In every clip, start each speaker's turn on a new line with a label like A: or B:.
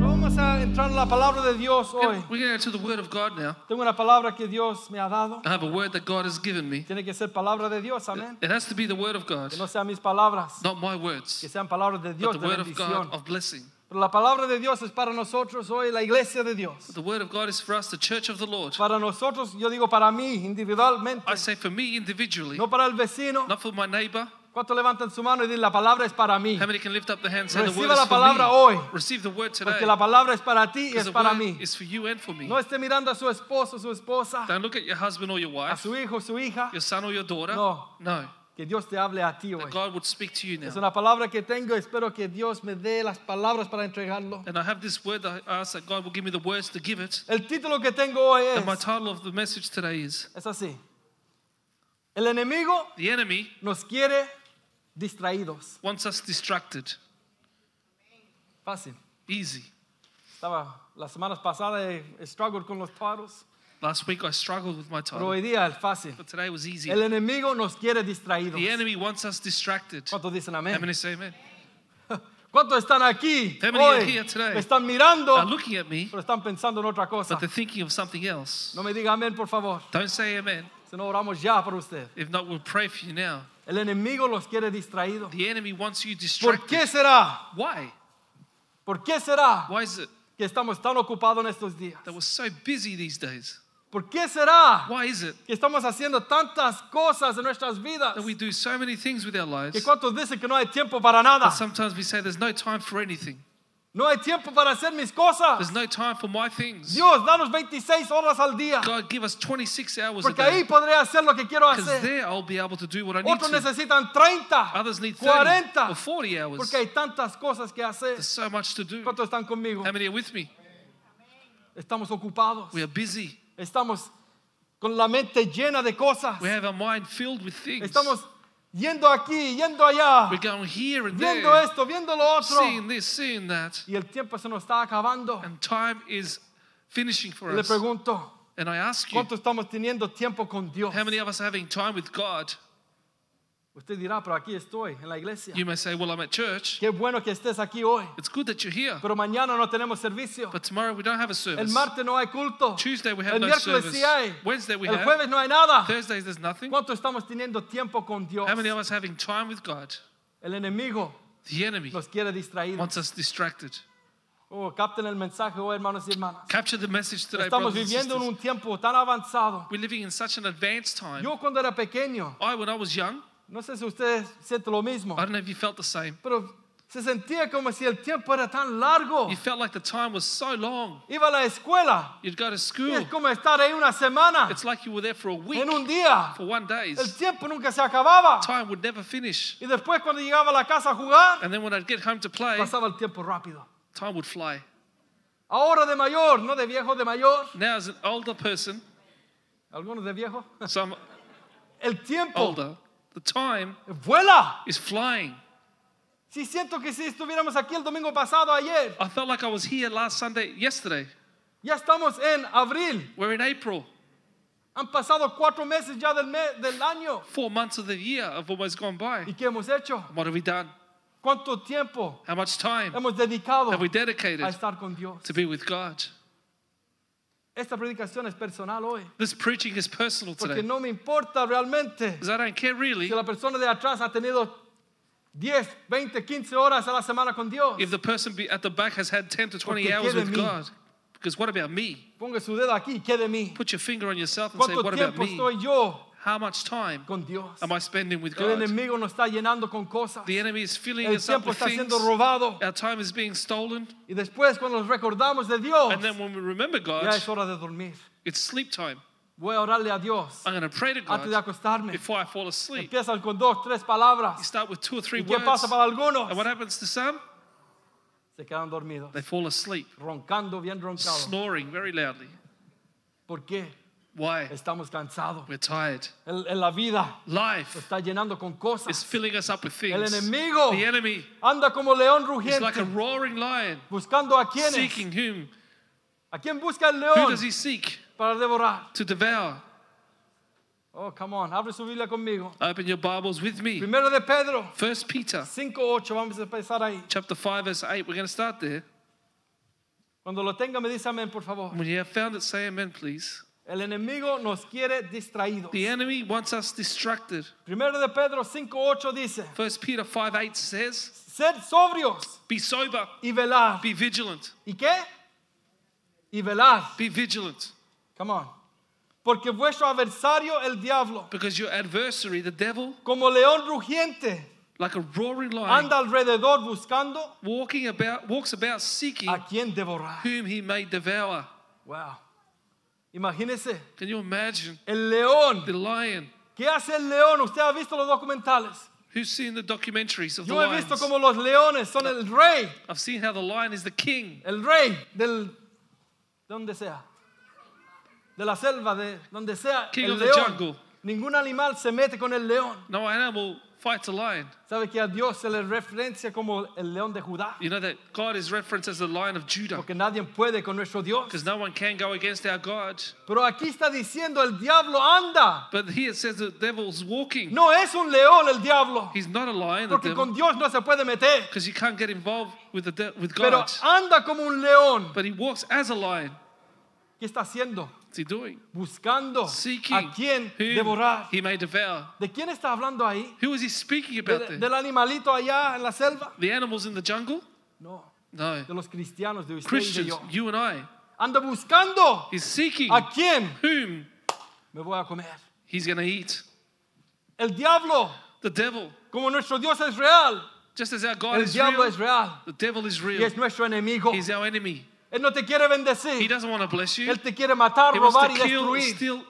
A: Vamos a entrar en la palabra de Dios hoy.
B: We're going to go to the Word of God now.
A: Tengo una palabra que Dios me ha dado.
B: I have a word that God has given me.
A: Tiene que ser palabra de Dios, amén.
B: It has to be the Word of God,
A: Que no sean mis palabras,
B: not my
A: que
B: words,
A: sean palabras de
B: but
A: Dios
B: the
A: de
B: Word of God
A: bendición.
B: of blessing.
A: Pero la palabra de Dios es para nosotros hoy, la iglesia de Dios.
B: The Word of God is for us, the church of the Lord.
A: Para nosotros, yo digo para mí individualmente,
B: I say for me individually,
A: no para el vecino.
B: not for my neighbor.
A: ¿Cuánto levantan su mano y dicen la palabra es para mí?
B: How many can lift up the hands and say the
A: Reciba
B: word is
A: la palabra
B: for me?
A: hoy.
B: Receive the word today.
A: Porque la palabra es para ti y
B: because
A: es
B: the
A: para
B: word
A: mí.
B: is for you and for me.
A: No esté mirando a su esposo, su esposa,
B: Don't look at your husband or your
A: a
B: wife,
A: su hijo, su hija.
B: your son or your daughter.
A: No.
B: No.
A: Que Dios te hable a ti
B: That
A: hoy.
B: God would speak to you
A: Es
B: now.
A: una palabra que tengo, espero que Dios me dé las palabras para entregarlo.
B: And I have this word that I ask that God will give me the words to give it.
A: El título que tengo hoy
B: And my
A: es,
B: title of the message today is
A: es así. El enemigo
B: The Enemy
A: nos quiere distraídos.
B: Wants Us Distracted.
A: Fácil.
B: Easy.
A: Estaba las semanas pasadas eh, struggle con los paros,
B: Last week I struggled with my
A: pero
B: title,
A: hoy día es fácil.
B: but today was easy.
A: El enemigo nos quiere distraídos.
B: The enemy wants us distracted.
A: ¿Cuántos dicen
B: How
A: amén?
B: many say amen?
A: ¿Cuántos están aquí
B: How many are
A: hoy?
B: here today?
A: Me están mirando,
B: Are looking at me,
A: pero están pensando en otra cosa.
B: but they're thinking of something else.
A: No me diga amén, por favor.
B: Don't say amen.
A: Si no, oramos ya por usted.
B: If not, we'll pray for you now.
A: El enemigo los quiere distraídos.
B: The enemy wants you
A: ¿Por
B: distracted.
A: qué será?
B: Why?
A: ¿Por qué será
B: Why is it
A: que estamos tan ocupados en estos días?
B: that we're so busy these days?
A: ¿Por qué será
B: Why is it
A: que estamos haciendo tantas cosas en nuestras vidas?
B: that we do so many things with our
A: Que
B: lives
A: cuántos dicen que no hay tiempo para nada.
B: that sometimes we say there's no time for anything?
A: No hay tiempo para hacer mis cosas.
B: There's no time for my things.
A: Dios, danos 26 horas al día.
B: God, give us 26 hours a
A: Porque
B: day
A: ahí podré hacer lo que quiero
B: because
A: hacer.
B: there I'll be able to do what I need
A: Otros
B: to.
A: necesitan 30,
B: Others need 30
A: 40.
B: or 40 hours.
A: Porque hay tantas cosas que hacer.
B: There's so much to do.
A: ¿Cuántos están conmigo?
B: How many are with me?
A: Estamos ocupados.
B: We are busy.
A: Estamos con la mente llena de cosas.
B: We have our mind filled with things.
A: Estamos yendo aquí, yendo allá.
B: We're going here and
A: viendo
B: there,
A: esto, viendo lo otro.
B: seeing this, seeing that,
A: Y el tiempo se nos está acabando.
B: and time is finishing for
A: Le
B: us.
A: pregunto,
B: And I ask you,
A: ¿cuánto estamos teniendo tiempo con Dios?
B: how many of us are having time with God?
A: Usted dirá, pero aquí estoy, en la iglesia.
B: You may say, Well, I'm at church.
A: Qué bueno que estés aquí hoy.
B: It's good that you're here,
A: Pero mañana no tenemos servicio.
B: but tomorrow we don't have a
A: El
B: service.
A: martes no hay culto.
B: Tuesday we have
A: El
B: no
A: miércoles
B: service.
A: sí hay.
B: Wednesday we
A: El
B: have.
A: jueves no hay nada.
B: Thursdays there's nothing.
A: ¿Cuánto estamos teniendo tiempo con Dios?
B: How many of us are having time with God?
A: El enemigo
B: The enemy
A: nos quiere distraer.
B: wants us distracted.
A: Oh, capten el mensaje hoy, hermanos y hermanas.
B: Capture the message today,
A: Estamos
B: brothers and
A: viviendo en
B: sisters.
A: un tiempo tan avanzado.
B: We're living in such an advanced time.
A: Yo cuando era pequeño,
B: I, when I was young,
A: no sé si ustedes sienten lo mismo,
B: I don't know if you felt the same.
A: pero se sentía como si el tiempo era tan largo.
B: You felt like the time was so long.
A: Iba a la escuela
B: You'd go to
A: y
B: school.
A: es como estar ahí una semana,
B: It's like you were there for a week,
A: en un día.
B: for one day.
A: El tiempo nunca se acababa.
B: Time would never finish.
A: Y después cuando llegaba a la casa a jugar,
B: And then when I'd get home to play,
A: pasaba el tiempo rápido.
B: time would fly.
A: Ahora de mayor, no de viejo, de mayor.
B: Now, as an older person,
A: Algunos de viejo.
B: so I'm
A: El tiempo
B: older, the time
A: vuela.
B: is flying.
A: Si siento que si estuviéramos aquí el domingo pasado, ayer,
B: I felt like I was here last Sunday, yesterday.
A: ya estamos en abril.
B: We're in April,
A: Han pasado cuatro meses ya del, mes, del año.
B: four months of the year have almost gone by.
A: ¿Y qué hemos hecho?
B: What have we done?
A: ¿Cuánto tiempo
B: How much time
A: hemos dedicado
B: have we
A: a
B: dedicated
A: estar con Dios?
B: to be with God?
A: Esta predicación es personal hoy,
B: This preaching is personal
A: porque
B: today
A: no me importa realmente
B: because I don't care really
A: si la persona de atrás ha tenido 10, 20, 15 horas a la semana con Dios.
B: if the person be at the back has had 10 to 20
A: Porque quede
B: hours with
A: mí.
B: God. Because what about me?
A: Ponga su dedo aquí, ¿qué de mí?
B: Put your finger on yourself and say,
A: ¿Cuánto
B: What about
A: tiempo
B: me?
A: estoy yo
B: How much time
A: con Dios?
B: am I spending with
A: El
B: God?
A: enemigo nos está llenando con cosas.
B: The enemy is filling
A: El
B: us up
A: tiempo
B: with
A: está
B: things.
A: siendo robado.
B: Our time is being stolen.
A: Y después cuando nos recordamos de Dios,
B: And then when we remember
A: Oh. ya
B: God,
A: es hora de dormir.
B: it's sleep time.
A: Voy a orarle a Dios
B: I'm going to pray to
A: antes de
B: God
A: acostarme.
B: before I fall asleep.
A: Empiezan con dos, tres
B: You
A: palabras.
B: start with two or three
A: ¿Y qué pasa
B: words.
A: para algunos?
B: And what happens to some?
A: Se quedan dormidos,
B: They fall asleep,
A: roncando, bien roncados.
B: snoring very loudly.
A: ¿Por qué?
B: Why?
A: Estamos cansados.
B: We're tired.
A: El- el- la vida nos
B: Life
A: está llenando con
B: is
A: cosas.
B: filling us up with
A: El
B: things.
A: enemigo
B: The enemy
A: anda como león
B: is like a
A: rugiente
B: roaring lion
A: buscando a quienes.
B: seeking whom?
A: ¿A quién busca el
B: Who
A: león
B: does he seek
A: para devorar?
B: to devour?
A: Oh, come on, abre su Biblia conmigo.
B: Open your Bibles with me.
A: Primero de Pedro
B: First Peter
A: 5.8, vamos a empezar ahí.
B: chapter 5 verse 8. We're going to start there.
A: Cuando lo tenga me dice amén, por favor.
B: When you have found it, say amen, please.
A: El enemigo nos quiere distraídos.
B: The enemy wants us distracted.
A: Primero de Pedro 5.8 dice,
B: First Peter 5 8 says,
A: sed sobrios
B: Be sober,
A: y velar.
B: be vigilant,
A: ¿Y qué? Y velar.
B: be vigilant.
A: Come on. Porque vuestro adversario, el diablo,
B: Because your adversary, the devil,
A: como león rugiente,
B: like a roaring lion,
A: anda alrededor buscando
B: walking about walks about seeking
A: a quien devorar.
B: whom he may devour.
A: Wow. Imagínese,
B: Can you imagine?
A: el león.
B: The lion.
A: ¿Qué hace el león? Usted ha visto los documentales.
B: Who's seen the documentaries of the
A: Yo he
B: lions?
A: visto como los leones son el rey,
B: I've seen how the lion is the king
A: el rey del de donde sea. De la selva, de donde sea.
B: King
A: el
B: of the
A: león.
B: jungle.
A: Ningún animal se mete con el león.
B: No animal fights a lion.
A: Sabe que a Dios se le referencia como el león de Judá.
B: You know that God is referenced as the lion of Judah
A: Porque nadie puede con nuestro Dios.
B: because no one can go against our God.
A: Pero aquí está diciendo el diablo anda.
B: But here it says the devil's walking.
A: No es un león el diablo.
B: He's not a lion, the
A: Porque
B: devil,
A: con Dios no se puede meter.
B: because you can't get involved with the de- with
A: Pero ah,
B: God.
A: anda como un león.
B: But he walks as a lion.
A: ¿Qué está haciendo?
B: What's he doing?
A: Buscando
B: Seeking
A: a quien
B: whom
A: devorar.
B: he may devour.
A: ¿De quién está hablando ahí?
B: Who is he speaking about
A: ¿De-
B: there?
A: ¿Del animalito allá en la selva?
B: The animals in the jungle?
A: No.
B: No.
A: De los cristianos, de usted y de
B: Christians,
A: yo.
B: you and I,
A: Anda buscando
B: he's seeking
A: a quién
B: whom
A: me voy a comer.
B: he's going to eat.
A: El diablo,
B: The devil.
A: como nuestro Dios es real,
B: Just as our God
A: el
B: is
A: diablo
B: real,
A: es real
B: the devil is
A: y
B: real.
A: es nuestro enemigo.
B: He's our enemy.
A: Él no te quiere
B: He
A: bendecir.
B: doesn't want to bless you.
A: Él te quiere matar,
B: He wants
A: robar y
B: to kill,
A: destruir.
B: steal,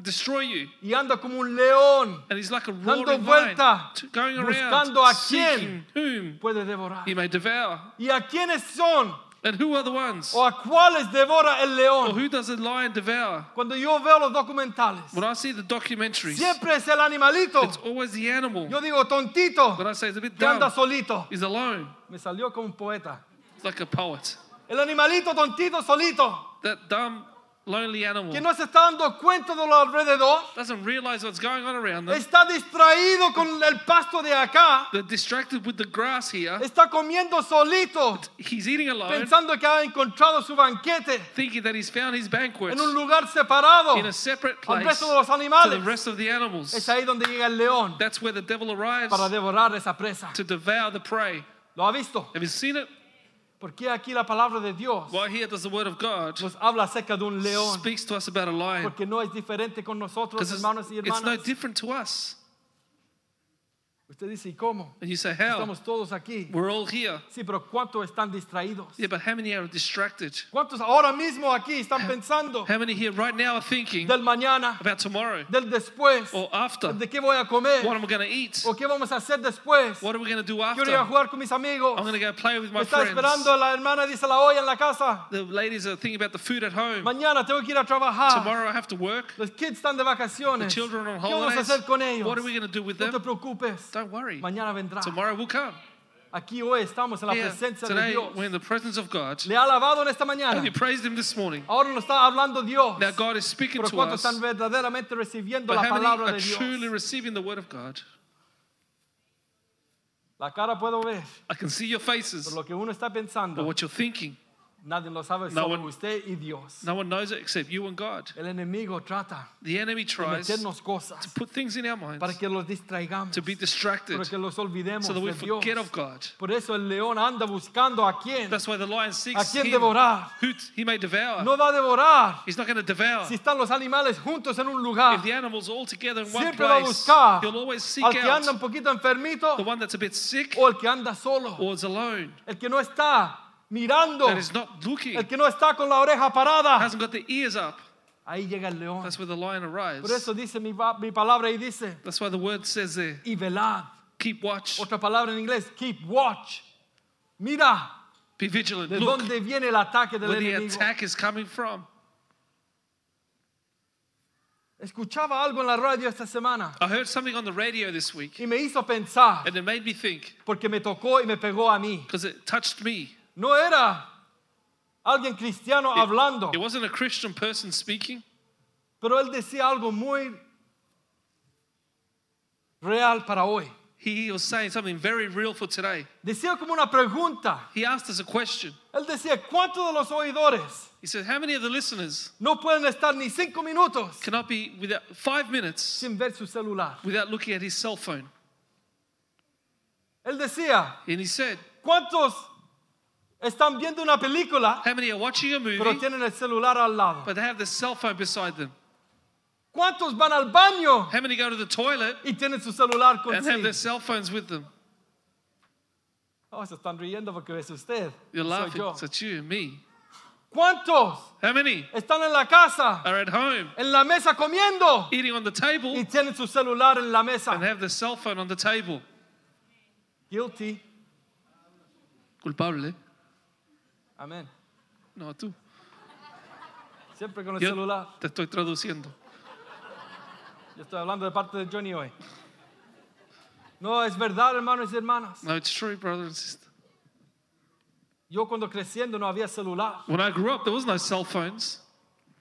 B: destroy you.
A: Y anda como un león.
B: And he's like a roaring lion,
A: vuelta,
B: t- going around
A: buscando a
B: seeking whom
A: Puede devorar.
B: he may devour.
A: ¿Y a quiénes son
B: And who are the ones?
A: o a cuáles devora el
B: Or
A: león?
B: Oh, who does the lion devour?
A: Cuando yo veo los documentales,
B: When I see the documentaries,
A: siempre es el animalito.
B: it's always the animal.
A: Yo digo tontito
B: But I say it's a bit
A: que anda
B: dumb.
A: solito.
B: He's alone.
A: Me salió como un poeta.
B: It's like a poet.
A: El animalito tontito solito
B: That dumb, lonely animal
A: que no se está dando cuenta de lo alrededor.
B: doesn't realize what's going on around them.
A: Está distraído con el pasto de acá.
B: They're distracted with the grass here.
A: Está comiendo solito.
B: He's eating alone,
A: pensando que ha encontrado su banquete
B: thinking that he's found his banquet
A: en un lugar separado
B: Pues, in a separate
A: al
B: place
A: resto de los
B: to the
A: animales.
B: rest of the animals.
A: Es ahí donde llega el león
B: That's where the devil arrives
A: para devorar esa presa.
B: to devour the prey.
A: ¿Lo ha visto?
B: Have you seen it?
A: Porque aquí la palabra de Dios
B: Why here does the word of God
A: nos habla acerca de un león.
B: speaks to us about a lion?
A: Porque no es diferente con nosotros,
B: Because it's,
A: hermanos y
B: it's no
A: hermanas.
B: different to us.
A: Usted dice, ¿y cómo?
B: And you say, how?
A: Estamos todos aquí.
B: We're all here.
A: Sí, pero ¿cuántos están distraídos?
B: Yeah, but how many are distracted?
A: ¿Cuántos ahora mismo aquí están pensando
B: How many here right now are thinking
A: del mañana,
B: about tomorrow
A: del después,
B: or after?
A: de qué voy a comer
B: Oh. What am I going to eat?
A: o qué vamos a hacer después?
B: What are we going to
A: Yo
B: do
A: voy a
B: after?
A: jugar con mis amigos.
B: I'm going to go play with
A: Me
B: my
A: está
B: friends.
A: esperando la hermana, dice la olla en la casa.
B: The ladies are thinking about the food at home.
A: Mañana tengo que ir a trabajar.
B: Tomorrow I have to work.
A: Los kids están de
B: The
A: vacaciones.
B: children are on
A: ¿Qué vamos a
B: holidays.
A: hacer con ellos?
B: What are we going to do with
A: No te
B: them?
A: preocupes.
B: Don't worry.
A: Mañana vendrá.
B: Tomorrow will come.
A: Aquí hoy estamos en la
B: Yeah,
A: presencia de
B: Today
A: Dios.
B: we're in the presence of God.
A: Le ha alabado en esta
B: And
A: mañana.
B: you praised Him this morning.
A: Ahora nos está hablando Dios.
B: Now God is
A: Oh,
B: speaking
A: Pero
B: to
A: cuántos
B: us.
A: están verdaderamente recibiendo
B: But
A: la
B: how many
A: palabra
B: are
A: de
B: truly
A: Dios.
B: receiving the word of God?
A: La cara puedo ver.
B: I can see your faces,
A: Pero lo que uno está
B: but
A: pensando,
B: what you're thinking,
A: nadie lo sabe,
B: No
A: solo
B: one-
A: usted y Dios.
B: no one knows it except you and God.
A: El enemigo trata
B: The enemy
A: de
B: tries to
A: meternos cosas
B: put things in our
A: para
B: minds
A: que los distraigamos.
B: to be distracted
A: pero que los olvidemos
B: so that we
A: de Dios.
B: forget of God.
A: Por eso el león anda buscando a quién,
B: That's why the lion
A: a
B: seeks
A: quién
B: him
A: devorar.
B: who t- he may devour.
A: No va a devorar
B: He's not going to devour.
A: si están los animales juntos en un lugar.
B: If the animal's all together in one
A: Siempre va a
B: place,
A: buscar
B: he'll always seek
A: Al que
B: out
A: anda un poquito enfermito
B: the one that's a bit sick
A: o el que anda solo,
B: or is alone,
A: el que no está mirando,
B: that is not looking,
A: el que no está con la oreja parada.
B: hasn't got their ears up.
A: Ahí llega el león.
B: That's where the lion
A: Por
B: arrives.
A: eso dice mi, va- mi palabra y dice,
B: That's why the word says there,
A: y velad.
B: keep watch,
A: Otra palabra en inglés, keep watch. Mira
B: be vigilant,
A: de
B: look
A: dónde viene el ataque del
B: where the
A: enemigo.
B: attack is coming from.
A: Escuchaba algo en la radio esta semana
B: I heard something on the radio this week,
A: y me hizo pensar
B: and it made me think
A: porque me tocó y me pegó a mí.
B: because it touched me.
A: No era alguien cristiano hablando,
B: It wasn't a Christian person speaking,
A: pero él decía algo muy real para hoy.
B: he was saying something very real for today.
A: Decía como una pregunta.
B: He asked us a question.
A: Él decía, ¿cuántos de los oidores
B: He said, How many of the listeners
A: no pueden estar ni cinco minutos
B: cannot be without five minutes
A: sin ver su celular?
B: without looking at his cell phone?
A: Él decía,
B: And he said,
A: ¿cuántos están viendo una película
B: How many are watching a
A: pero
B: movie,
A: tienen el celular al lado?
B: but they have their cell phone beside them?
A: ¿Cuántos van al baño
B: How many go to the toilet
A: y tienen su celular
B: and have their
A: consigo?
B: cell phones with them?
A: Oh, se están riendo porque es usted.
B: You're
A: Soy
B: laughing.
A: yo.
B: So it's you and me.
A: ¿Cuántos
B: How many
A: están en la casa,
B: are at home
A: en la mesa comiendo
B: eating on the table
A: y tienen su celular en la
B: and
A: mesa?
B: have their cell phone on the table?
A: Guilty.
B: Culpable. eh?"
A: Amén.
B: No, tú.
A: Siempre con el
B: Yo
A: celular.
B: te estoy traduciendo.
A: Yo estoy hablando de parte de Johnny hoy. No, es verdad, hermanos y hermanas.
B: No, it's true, brother and sister.
A: Yo cuando creciendo no había celular.
B: When I grew up, there was no cell phones.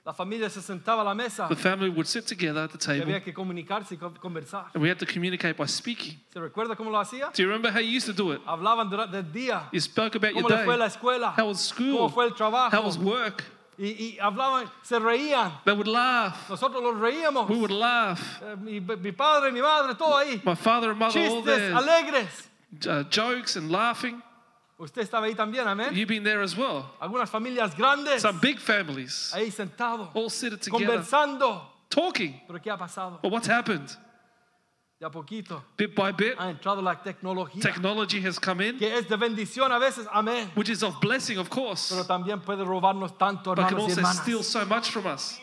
A: La familia se sentaba a la mesa
B: The family would sit together at the
A: y
B: table
A: había que comunicarse y co- conversar.
B: and we had to communicate by speaking.
A: ¿Se recuerda cómo lo hacía?
B: Do you remember how you used to do it?
A: Hablaban dura- del día.
B: You spoke about your
A: ¿Cómo le fue la
B: day.
A: escuela?
B: How was
A: ¿Cómo
B: school?
A: fue el trabajo?
B: How was work?
A: Y, y hablaban, se reían.
B: They would laugh.
A: Nosotros los reíamos.
B: We would laugh.
A: Eh, mi, mi padre, mi madre, todo ahí.
B: My father and mother, all
A: Chistes,
B: there.
A: alegres.
B: Uh, jokes and laughing.
A: Usted estaba ahí también, amén.
B: You've been there as well.
A: Algunas familias grandes
B: Some big families
A: ahí sentados,
B: all sit together
A: conversando.
B: talking.
A: Pero ¿qué ha pasado?
B: But what's happened?
A: De a poquito
B: Bit by bit,
A: ha entrado la tecnología,
B: technology has come in,
A: que es de bendición a veces, amén.
B: which is of blessing, of
A: Pero
B: course,
A: también puede robarnos tanto,
B: but can
A: hermanos y
B: also
A: hermanas.
B: steal so much from us.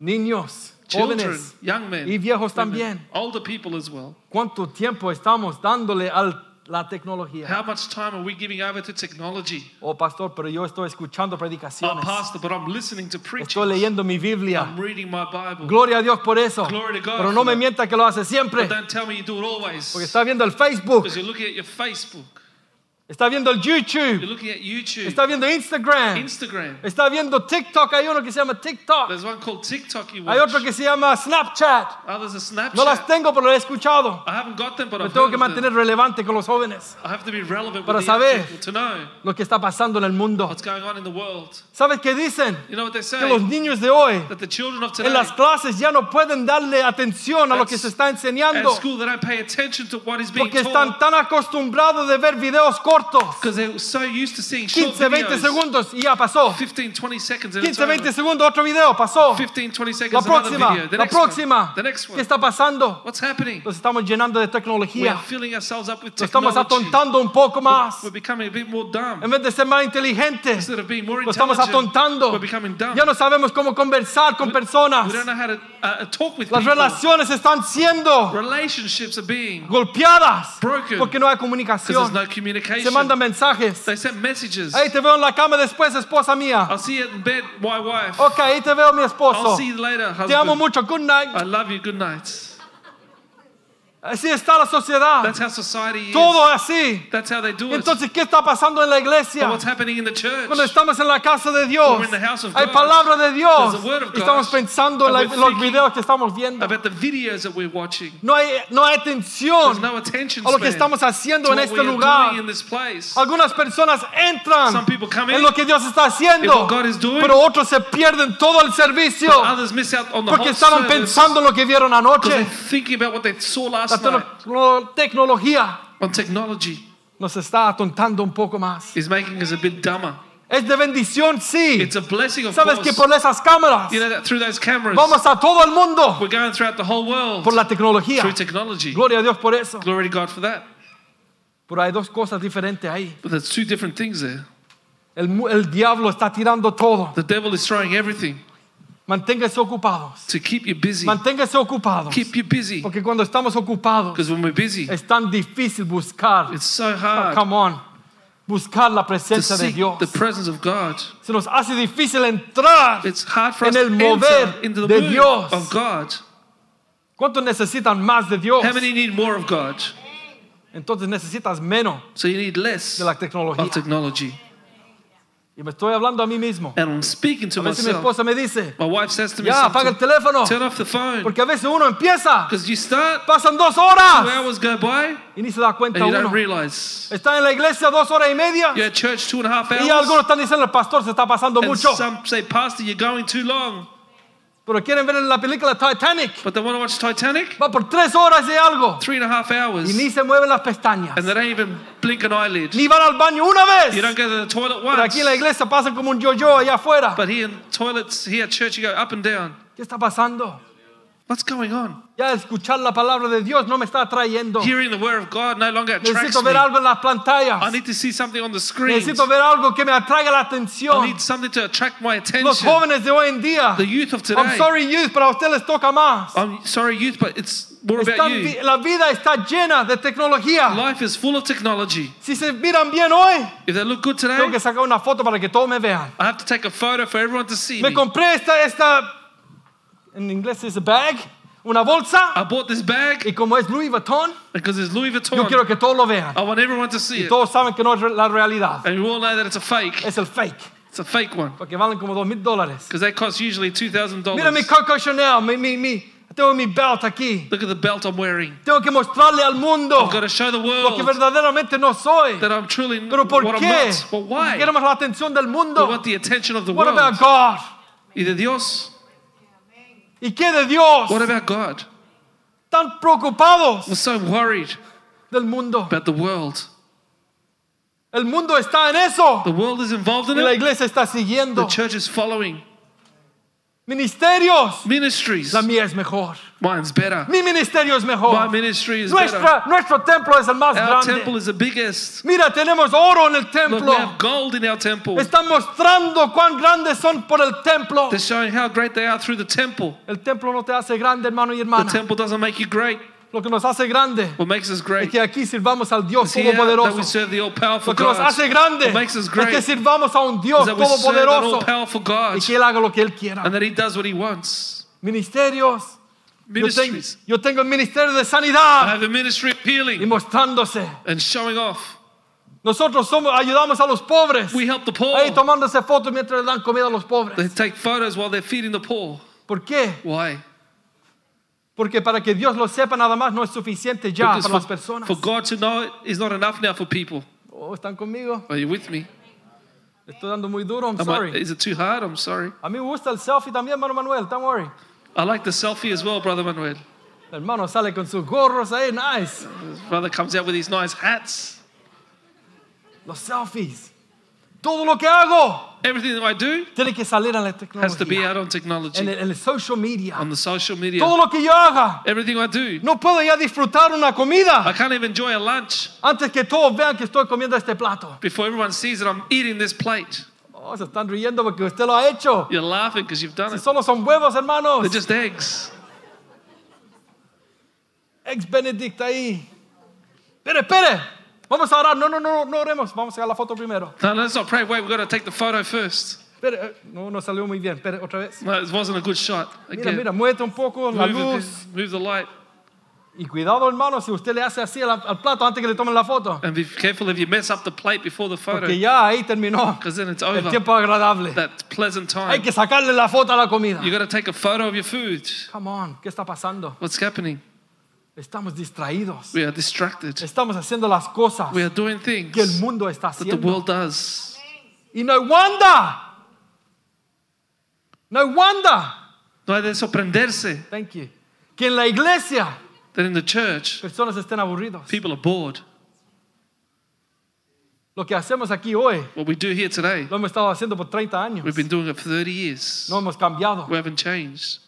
A: Niños,
B: Children,
A: jóvenes,
B: young men,
A: y viejos
B: women,
A: también.
B: older people as well.
A: ¿Cuánto tiempo estamos dándole a la tecnología?
B: How much time are we giving over to technology?
A: Oh, pastor, pero yo estoy escuchando
B: I'm
A: predicaciones.
B: pastor, but I'm listening to preaching.
A: Estoy leyendo mi Biblia.
B: I'm reading my Bible.
A: Gloria a Dios por eso.
B: Glory to God
A: Pero no me
B: for that.
A: mienta que lo hace siempre.
B: But don't tell me you do it always.
A: Porque
B: Because
A: está viendo el Facebook,
B: you're looking at your Facebook.
A: está viendo el YouTube,
B: You're looking at YouTube,
A: está viendo Instagram,
B: Instagram.
A: está viendo TikTok. Hay uno que se llama TikTok,
B: There's one called TikTok you
A: hay
B: watch.
A: otro que se llama Snapchat.
B: Others are Snapchat.
A: No las tengo, pero lo he escuchado.
B: I haven't got them, but
A: Me
B: I've
A: tengo
B: heard
A: que
B: of
A: mantener
B: them.
A: relevante con los jóvenes.
B: I have to be relevant
A: Para
B: with the young
A: saber.
B: people to know
A: Lo que está pasando en el mundo.
B: what's going on in the world.
A: ¿Sabes qué dicen?
B: You know what they say?
A: Que los niños de hoy
B: That the children of today,
A: en las clases ya no pueden darle atención a lo que se está
B: at
A: enseñando
B: school, they don't pay attention to what is being
A: porque están
B: taught
A: tan acostumbrados de ver videos cortos.
B: because they're so used to seeing short
A: 15, 20
B: videos.
A: segundos y ya pasó.
B: 15, 20 seconds. and it's
A: 15,
B: over.
A: 20 segundos, otro video, pasó.
B: 15, 20
A: La
B: seconds. another
A: próxima,
B: video. The
A: la
B: next one.
A: próxima.
B: The next
A: ¿Qué
B: one.
A: está pasando?
B: What's happening?
A: Nos estamos llenando de
B: We are
A: tecnología.
B: filling ourselves up with
A: Nos estamos
B: technology.
A: atontando un poco más.
B: We're becoming a bit more dumb.
A: En vez de ser más inteligentes,
B: Instead of being more
A: nos estamos
B: intelligent,
A: atontando.
B: we're becoming dumb.
A: Ya no sabemos cómo conversar con
B: We
A: personas.
B: don't know how to uh, uh, talk with
A: Las
B: people.
A: relaciones están siendo
B: Relationships are being
A: golpeadas
B: Broken.
A: porque no hay
B: because there's
A: comunicación.
B: no communication.
A: Se mandan mensajes.
B: They send messages.
A: Ahí te veo en la cama después, esposa mía.
B: I'll see you in bed, my wife.
A: Ok, ahí te veo, mi
B: I'll
A: esposo.
B: see you later,
A: Oh, Te amo
B: husband.
A: mucho. Good night.
B: I love you. Good night.
A: Así está la sociedad.
B: That's how society is.
A: Todo así.
B: That's how they do
A: Pues,
B: it.
A: Entonces, ¿qué está pasando en la
B: But
A: iglesia?
B: what's happening in the church?
A: Cuando estamos en la casa de Dios,
B: We're in the house of
A: hay
B: God.
A: palabra de Dios.
B: There's the word of
A: y Estamos
B: God.
A: pensando en
B: And
A: la-
B: we're
A: los
B: thinking
A: videos que estamos viendo.
B: About the videos that we're watching.
A: No hay, no hay atención
B: There's no attention
A: a lo que
B: span.
A: estamos haciendo
B: to
A: en
B: what
A: este
B: we are
A: lugar.
B: doing in this place.
A: Algunas personas entran
B: Some people come
A: en
B: in
A: lo que Dios está
B: in
A: haciendo,
B: what God is doing.
A: pero otros se pierden todo el servicio
B: Others miss out on the
A: porque
B: whole
A: estaban
B: service
A: pensando en lo que vieron
B: because they're
A: anoche.
B: thinking about what they saw
A: La
B: last night
A: tecno- tecnología
B: on technology
A: nos está atontando un poco más.
B: is making us a bit dumber.
A: Es de bendición, sí.
B: It's a blessing, of
A: Sabes
B: course.
A: que por esas cámaras
B: You know that through those cameras,
A: vamos a todo el mundo
B: we're going throughout the whole world
A: por la tecnología.
B: through technology.
A: Gloria a Dios por eso.
B: Glory to God for that.
A: Pero hay dos cosas diferentes ahí.
B: But there's two different things there.
A: El, mu- el diablo está tirando todo.
B: The devil is throwing everything
A: Manténgase ocupados.
B: to keep you busy.
A: Manténgase ocupados.
B: Keep you busy.
A: Porque cuando estamos ocupados
B: Because when we're busy,
A: es tan difícil buscar.
B: it's so
A: Oh,
B: hard
A: come on. buscar la
B: to
A: presencia de
B: seek
A: Dios.
B: the presence of God.
A: Se nos hace difícil entrar.
B: It's hard for
A: En
B: us
A: el
B: to
A: mover
B: enter into the
A: de
B: moving
A: Dios.
B: of God.
A: ¿Cuántos necesitan más de Dios?
B: How many need more of God?
A: Entonces necesitas menos
B: So you need less
A: de la
B: of
A: tecnología.
B: technology.
A: Y me estoy hablando a mí mismo.
B: And I'm speaking to
A: A veces mi
B: myself.
A: esposa me dice,
B: My wife says to me,
A: ya, apaga el
B: sometimes,
A: teléfono.
B: turn off the phone.
A: Porque a veces uno empieza,
B: Because you start,
A: pasan dos
B: two
A: horas
B: hours go by,
A: y ni se da cuenta
B: and you
A: uno.
B: don't realize.
A: Está en la iglesia dos horas y media
B: You're at church two and a half
A: y algunos
B: hours.
A: están diciendo, el pastor se está pasando
B: And
A: mucho.
B: some say, Pastor, you're going too long.
A: Pero quieren ver en la película Titanic.
B: But they want to watch Titanic?
A: Va por tres horas y algo
B: Three and a half
A: y
B: hours.
A: ni se mueven las pestañas.
B: And they don't even blink an eyelid.
A: Ni van al baño una vez.
B: You don't go to the toilet
A: Pero aquí en la
B: once.
A: iglesia pasan como un yo-yo allá afuera.
B: But here in toilets, here at church, you go up and down.
A: ¿Qué está pasando?
B: What's going on?
A: Ya escuchar la palabra de Dios no me está atrayendo.
B: Hearing the word of God no longer attracts
A: Necesito
B: me.
A: ver algo en las
B: I
A: pantallas.
B: need to see something on the screen.
A: Necesito ver algo que me atraiga la
B: I
A: atención.
B: need something to attract my
A: Los
B: attention.
A: jóvenes de hoy en día.
B: The youth of today.
A: I'm sorry youth, pero a usted les toca más.
B: I'm sorry, youth, but it's more about
A: Están vi-
B: you.
A: la vida está llena de tecnología.
B: Life is full of technology.
A: Si se miran bien hoy,
B: If they look good
A: tengo
B: today,
A: que sacar una foto para que todos me vean.
B: I have to take a photo for everyone to see
A: Me
B: me.
A: compré esta, esta, en inglés es bag, una bolsa.
B: I bought this bag
A: Y como es Louis Vuitton,
B: because it's Louis
A: yo quiero
B: Vuitton.
A: que todos lo vean.
B: I want everyone to see it.
A: Todos saben que no es re- la realidad.
B: And we all know that it's a fake.
A: Es el fake.
B: It's a fake one
A: Porque valen como dos mil dólares.
B: because they cost usually
A: Mira mi
B: $2,000.
A: Coco Chanel, mi, mi, mi. Tengo mi belt aquí.
B: Look at the belt I'm wearing.
A: Tengo que mostrarle al mundo
B: I've got to show the
A: lo que
B: world
A: verdaderamente no soy.
B: that I'm truly
A: Pero ¿por
B: what I'm
A: qué?
B: not. But
A: Porque
B: why?
A: queremos la atención del
B: We
A: mundo.
B: want the attention of the
A: What
B: world.
A: about God?
B: Either Dios.
A: ¿Y qué de Dios?
B: What about God?
A: Tan preocupados
B: We're so worried
A: del mundo.
B: about the world.
A: El mundo está en eso.
B: The world is involved in
A: Y la
B: it.
A: iglesia está
B: The
A: siguiendo.
B: church is following.
A: Ministerios.
B: Ministries.
A: La mía es mejor.
B: Mine's better.
A: Mi ministerio es
B: My
A: mejor.
B: ministry is better.
A: Nuestra, nuestro templo es el más
B: Our
A: grande.
B: temple is the biggest.
A: Mira, tenemos oro en el
B: Look,
A: templo.
B: we have gold in our temple.
A: Están mostrando cuán grandes son por el templo.
B: They're showing how great they are through the temple.
A: El templo no te hace grande, hermano y
B: The
A: hermana.
B: temple doesn't make you great.
A: Lo que nos hace grande
B: What makes us
A: es
B: great
A: que aquí sirvamos al Dios
B: is here that we
A: Todopoderoso.
B: serve the all-powerful
A: Lo que nos
B: God.
A: hace grande
B: What makes us
A: es
B: great
A: que sirvamos a un
B: is
A: Dios
B: that we serve an
A: Todopoderoso
B: all-powerful
A: y
B: God
A: que Él haga lo que Él quiera.
B: and that He does what He wants.
A: Ministerios. Yo, tengo,
B: Ministries.
A: yo tengo el ministerio de
B: I
A: sanidad
B: have a ministry of
A: y
B: healing
A: mostrándose.
B: and showing off.
A: Nosotros somos, ayudamos a los pobres.
B: We help Pues- the poor.
A: Ahí tomándose fotos mientras le dan comida a los
B: They
A: pobres.
B: take photos while they're feeding the poor.
A: ¿Por qué?
B: Why?
A: Porque para que Dios lo sepa nada más no es suficiente ya
B: Because
A: para las
B: for,
A: personas.
B: for God to know it is not enough now for people.
A: Oh, ¿Están conmigo?
B: Are you with me?
A: Estoy dando muy duro, I'm
B: Am I-
A: sorry.
B: is it too hard? I'm sorry.
A: A mí me gusta el selfie también, hermano Manuel, don't worry.
B: I like the selfie as well, Brother Manuel.
A: El hermano sale con sus gorros ahí, nice.
B: His brother comes out with these nice hats.
A: Los selfies. Todo lo que hago
B: Everything that I do
A: tiene que salir en la
B: has to be
A: tecnología,
B: out on
A: en
B: technology,
A: el, en el social media.
B: on the social media.
A: Todo lo que yo haga,
B: Everything I do.
A: no puedo ya disfrutar una
B: I
A: comida
B: can't even enjoy a lunch
A: antes que todos vean que estoy comiendo este plato.
B: before everyone sees that I'm eating this plate.
A: Oh, se están riendo porque usted lo ha hecho.
B: You're laughing because you've done
A: Si
B: it.
A: solo son huevos, hermanos.
B: They're just eggs.
A: ex Benedict ahí. Espere, espere. Vamos a orar. No, no, no, no oremos. Vamos a sacar la foto primero.
B: No, no, let's not pray. Wait, we've got to take the photo first.
A: Espere, eh, no, no salió muy bien. Espere, otra vez.
B: No, it wasn't a good shot.
A: Mira,
B: Again,
A: mira, muévete un poco la
B: move, the,
A: luz.
B: move the light.
A: Y cuidado, hermano, si usted le hace así al, al plato antes que le tomen la foto.
B: And be careful if you mess up the plate before the
A: Porque
B: photo,
A: ya ahí terminó
B: because then it's
A: el
B: over.
A: tiempo agradable.
B: That pleasant
A: Hay
B: time.
A: que sacarle la foto a la comida.
B: You got to take a photo of your food.
A: Come on, ¿qué está pasando?
B: What's happening?
A: Estamos distraídos.
B: We are distracted.
A: Estamos haciendo las cosas
B: We are doing
A: que el
B: things
A: mundo está
B: that the
A: haciendo.
B: world does.
A: Y no hay wanda. No hay wanda.
B: No hay de sorprenderse
A: Thank you. Que en la iglesia
B: that in the church
A: personas estén aburridos.
B: people are bored.
A: Lo que hacemos aquí hoy
B: What we do here today,
A: lo hemos estado haciendo por 30 años.
B: we've been doing it for 30 years.
A: No hemos cambiado.
B: We haven't changed.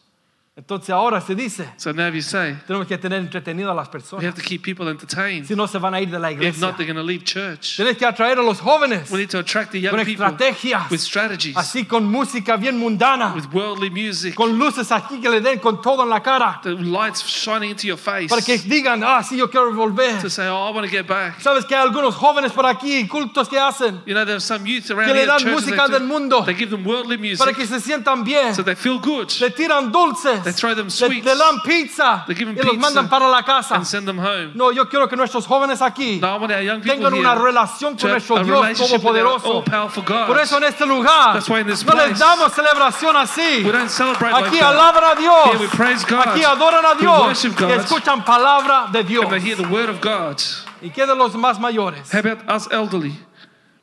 A: Entonces ahora se dice,
B: So now you say,
A: tenemos que tener entretenido a las
B: we
A: personas.
B: have to keep people entertained.
A: Si no, se van a ir de la
B: If
A: iglesia.
B: not, they're going to leave church.
A: Tienes que atraer a los jóvenes
B: We need to attract the
A: con
B: young people
A: estrategias,
B: with strategies,
A: así con música bien mundana,
B: with worldly music,
A: con luces aquí que le den con todo en la cara,
B: the lights shining into your face
A: para que digan, ah, sí, yo quiero volver.
B: to say, oh, I want to get back.
A: Sabes que hay algunos jóvenes por aquí, cultos que hacen,
B: You know, there's some youth
A: que
B: around
A: le
B: here at
A: dan
B: church.
A: música del
B: and They,
A: mundo,
B: do- they give them worldly music
A: para que se sientan bien.
B: so they feel good
A: Le tiran dulces,
B: They throw them
A: le,
B: sweets.
A: le dan pizza
B: They give them
A: y los
B: pizza
A: mandan para la casa.
B: and send them home.
A: No, yo quiero que nuestros jóvenes aquí
B: No, I want our young people
A: tengan
B: here
A: una relación
B: to
A: con
B: have
A: nuestro
B: a
A: Dios
B: relationship with our
A: Todopoderoso.
B: all-powerful
A: Por eso
B: God.
A: en este lugar
B: That's why in this
A: no les
B: place,
A: damos celebración así.
B: We don't celebrate like
A: Aquí
B: that.
A: alaban a Dios.
B: Here we praise God.
A: Aquí adoran a
B: We
A: Dios.
B: worship God.
A: Y escuchan palabra de Dios.
B: And they hear the word of God.
A: ¿Y qué de los más mayores?
B: How about us elderly?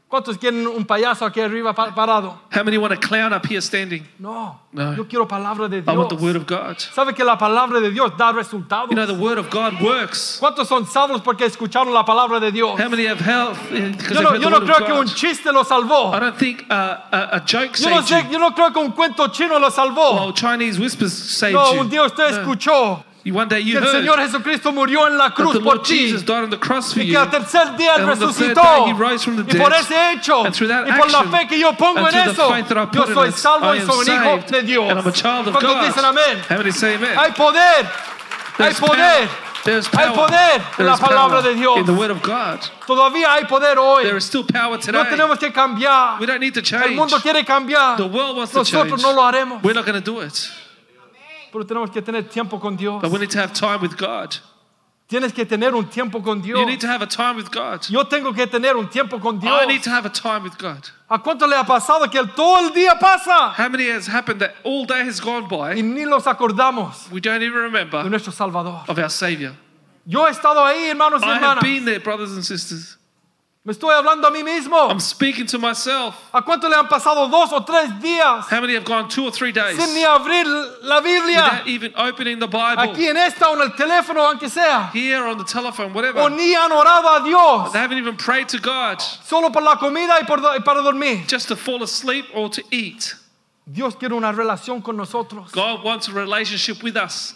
A: ¿Cuántos quieren un payaso aquí arriba pa- parado?
B: How many want a clown up here standing?
A: No.
B: No.
A: Yo quiero palabra de
B: I want the
A: Dios.
B: word of God.
A: ¿Sabe que la palabra de Dios da resultados?
B: You know, the word of God works.
A: ¿Cuántos son salvos porque escucharon la palabra de Dios?
B: How many have health eh, because
A: Yo
B: they've
A: no,
B: heard
A: yo
B: the
A: no
B: word
A: creo
B: of
A: que un
B: God?
A: chiste lo salvó.
B: I don't think uh, a, a joke
A: Yo no, sé,
B: saved you.
A: yo no creo que un cuento chino lo salvó.
B: Well, Chinese whispers saved
A: No, un día
B: you.
A: usted escuchó
B: You- One day
A: que
B: you
A: el
B: heard
A: Señor Jesucristo murió en la
B: that
A: cruz
B: the
A: por
B: Lord
A: ti.
B: Jesus died on the cross for
A: Y que
B: you.
A: al tercer día Él
B: And on the third
A: resucitó.
B: day he rose from the
A: Y por
B: dead.
A: ese hecho,
B: And through that
A: y por la
B: action,
A: fe que yo pongo
B: and
A: en
B: through the
A: eso,
B: faith that I
A: yo
B: put in
A: soy
B: it,
A: salvo
B: I
A: y
B: am
A: soy un hijo
B: saved,
A: de Dios.
B: and I'm a child of
A: Cuando
B: God.
A: dicen amén,
B: How many say amen?
A: hay poder, hay
B: There's
A: poder.
B: power. There's
A: Hay
B: power.
A: poder en
B: There
A: la
B: is
A: palabra
B: power
A: de Dios.
B: in the word of God.
A: Todavía hay poder
B: There
A: hoy.
B: is still power today.
A: No tenemos que cambiar.
B: We don't need to
A: El
B: change.
A: mundo quiere cambiar.
B: The world wants to change.
A: Nosotros no lo haremos.
B: We're not going to do it.
A: Pero tenemos que tener tiempo con Dios.
B: But we need to have time with God.
A: Tienes que tener un tiempo con Dios.
B: You need to have a time with God.
A: Yo tengo que tener un tiempo con Dios.
B: I need to have a time with God.
A: ¿A cuánto le ha pasado que el- todo el día pasa
B: How many has happened that all day has gone
A: y
B: by?
A: ni los acordamos
B: We don't even
A: de
B: remember
A: nuestro Salvador?
B: of our Savior.
A: Yo he estado ahí, hermanos y
B: I have
A: hermanas.
B: been there, brothers and sisters.
A: Me estoy hablando a mí mismo.
B: I'm speaking to myself.
A: ¿A cuánto le han pasado dos o tres días
B: How many have gone two or three days
A: sin ni abrir la Biblia?
B: without even opening the Bible?
A: Aquí en esta o en el teléfono, aunque sea.
B: Here on the telephone,
A: O
B: whatever.
A: ni han orado a Dios.
B: They haven't even prayed to God
A: Solo por la comida y, por- y para dormir.
B: just to fall asleep or to eat.
A: Dios quiere una relación con nosotros.
B: God wants a relationship with us.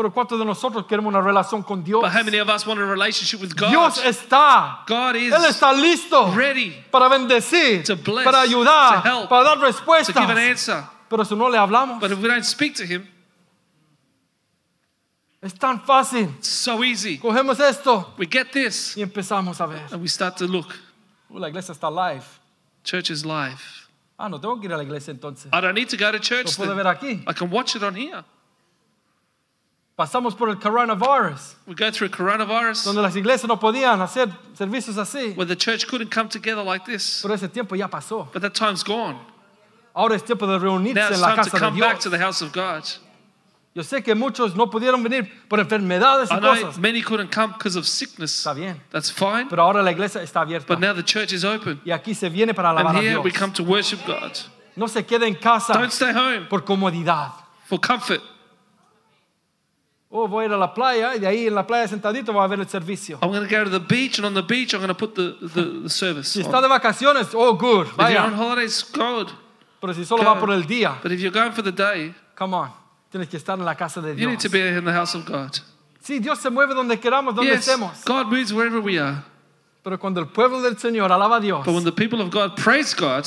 A: Pero ¿cuántos de nosotros queremos una relación con Dios?
B: But how many of us want a relationship with God?
A: Dios está.
B: God is
A: Él está listo
B: ready
A: para bendecir,
B: to bless,
A: para ayudar,
B: to help,
A: para dar
B: to give an
A: respuestas.
B: answer.
A: Pero si no le hablamos,
B: But if we don't speak to Him,
A: es tan fácil.
B: it's so easy.
A: Cogemos esto
B: We get this
A: y empezamos a ver.
B: and we start to look.
A: Uh, la iglesia está live.
B: Church is live.
A: Ah, no tengo que ir a la iglesia entonces.
B: I don't need to go to
A: Lo
B: church
A: puedo
B: then.
A: ver aquí.
B: I can watch it on here.
A: Pasamos por el coronavirus,
B: We go through coronavirus
A: donde las iglesias no podían hacer servicios así.
B: where the church couldn't come together like this.
A: Pero ese tiempo ya pasó.
B: But that time's gone.
A: Ahora es tiempo de
B: Now
A: reunirse
B: it's
A: en la
B: time
A: casa
B: to
A: de
B: come back
A: Dios.
B: to the house of God.
A: Yo sé que muchos no pudieron venir por enfermedades
B: I
A: y
B: know
A: cosas.
B: many couldn't come because of sickness.
A: Está bien.
B: That's fine.
A: Pero ahora la iglesia está abierta.
B: But now the church is open.
A: Y aquí se viene para alabar
B: And
A: a
B: here
A: Dios.
B: we come to worship God.
A: No se quede en casa
B: Don't stay home
A: por comodidad.
B: for comfort.
A: Oh, voy a ir a la playa y de ahí en la playa sentadito va a ver el servicio.
B: I'm going to go to the beach, and on the beach, I'm going to put the, the, the service.
A: Si
B: on.
A: está de vacaciones, oh, good,
B: If you're
A: vaya.
B: on holidays, good.
A: Pero si solo va
B: Go.
A: por el día,
B: But if you're going for the day,
A: come on, tienes que estar en la casa de
B: you need
A: Dios.
B: to be in the house of God.
A: Sí, Dios se mueve donde queramos, donde
B: Yes,
A: estemos.
B: God moves wherever we are.
A: Pero cuando el pueblo del Señor alaba a Dios,
B: But when the people of God praise God,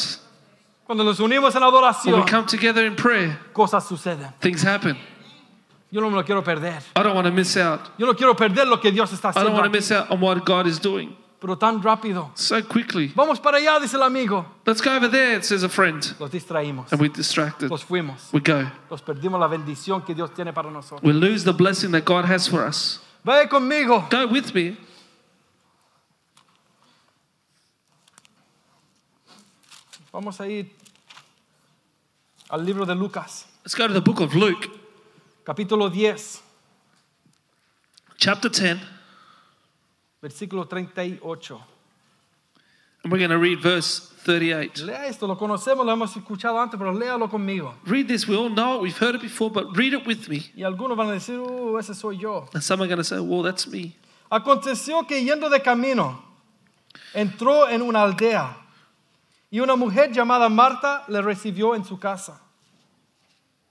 A: cuando nos unimos en
B: when
A: adoración,
B: we come together in prayer,
A: cosas suceden.
B: things happen.
A: Yo no me lo quiero perder.
B: I don't want to miss out.
A: Yo no quiero perder lo que Dios está
B: I
A: haciendo,
B: don't want to
A: aquí,
B: miss out on what God is doing
A: pero tan rápido.
B: so quickly.
A: Vamos para allá, dice el amigo.
B: Let's go over there, says a friend.
A: Los distraímos,
B: And we're distracted.
A: los fuimos.
B: We go.
A: Nos perdimos la bendición que Dios tiene para nosotros.
B: We lose the blessing that God has for us.
A: Vaya conmigo
B: Go with me
A: Vamos a ir al libro de Lucas,
B: Let's go to the book of Luke,
A: capítulo 10,
B: chapter 10,
A: versículo 38.
B: and we're going to read verse 38.
A: Lea esto, lo conocemos, lo hemos escuchado antes, pero léalo conmigo.
B: Read this, we all know it, we've heard it before, but read it with me.
A: Y algunos van a decir, uh, ese soy yo.
B: And some are going to say, well, that's me.
A: Aconteció que yendo de camino, entró en una aldea y una mujer llamada Marta le recibió en su casa.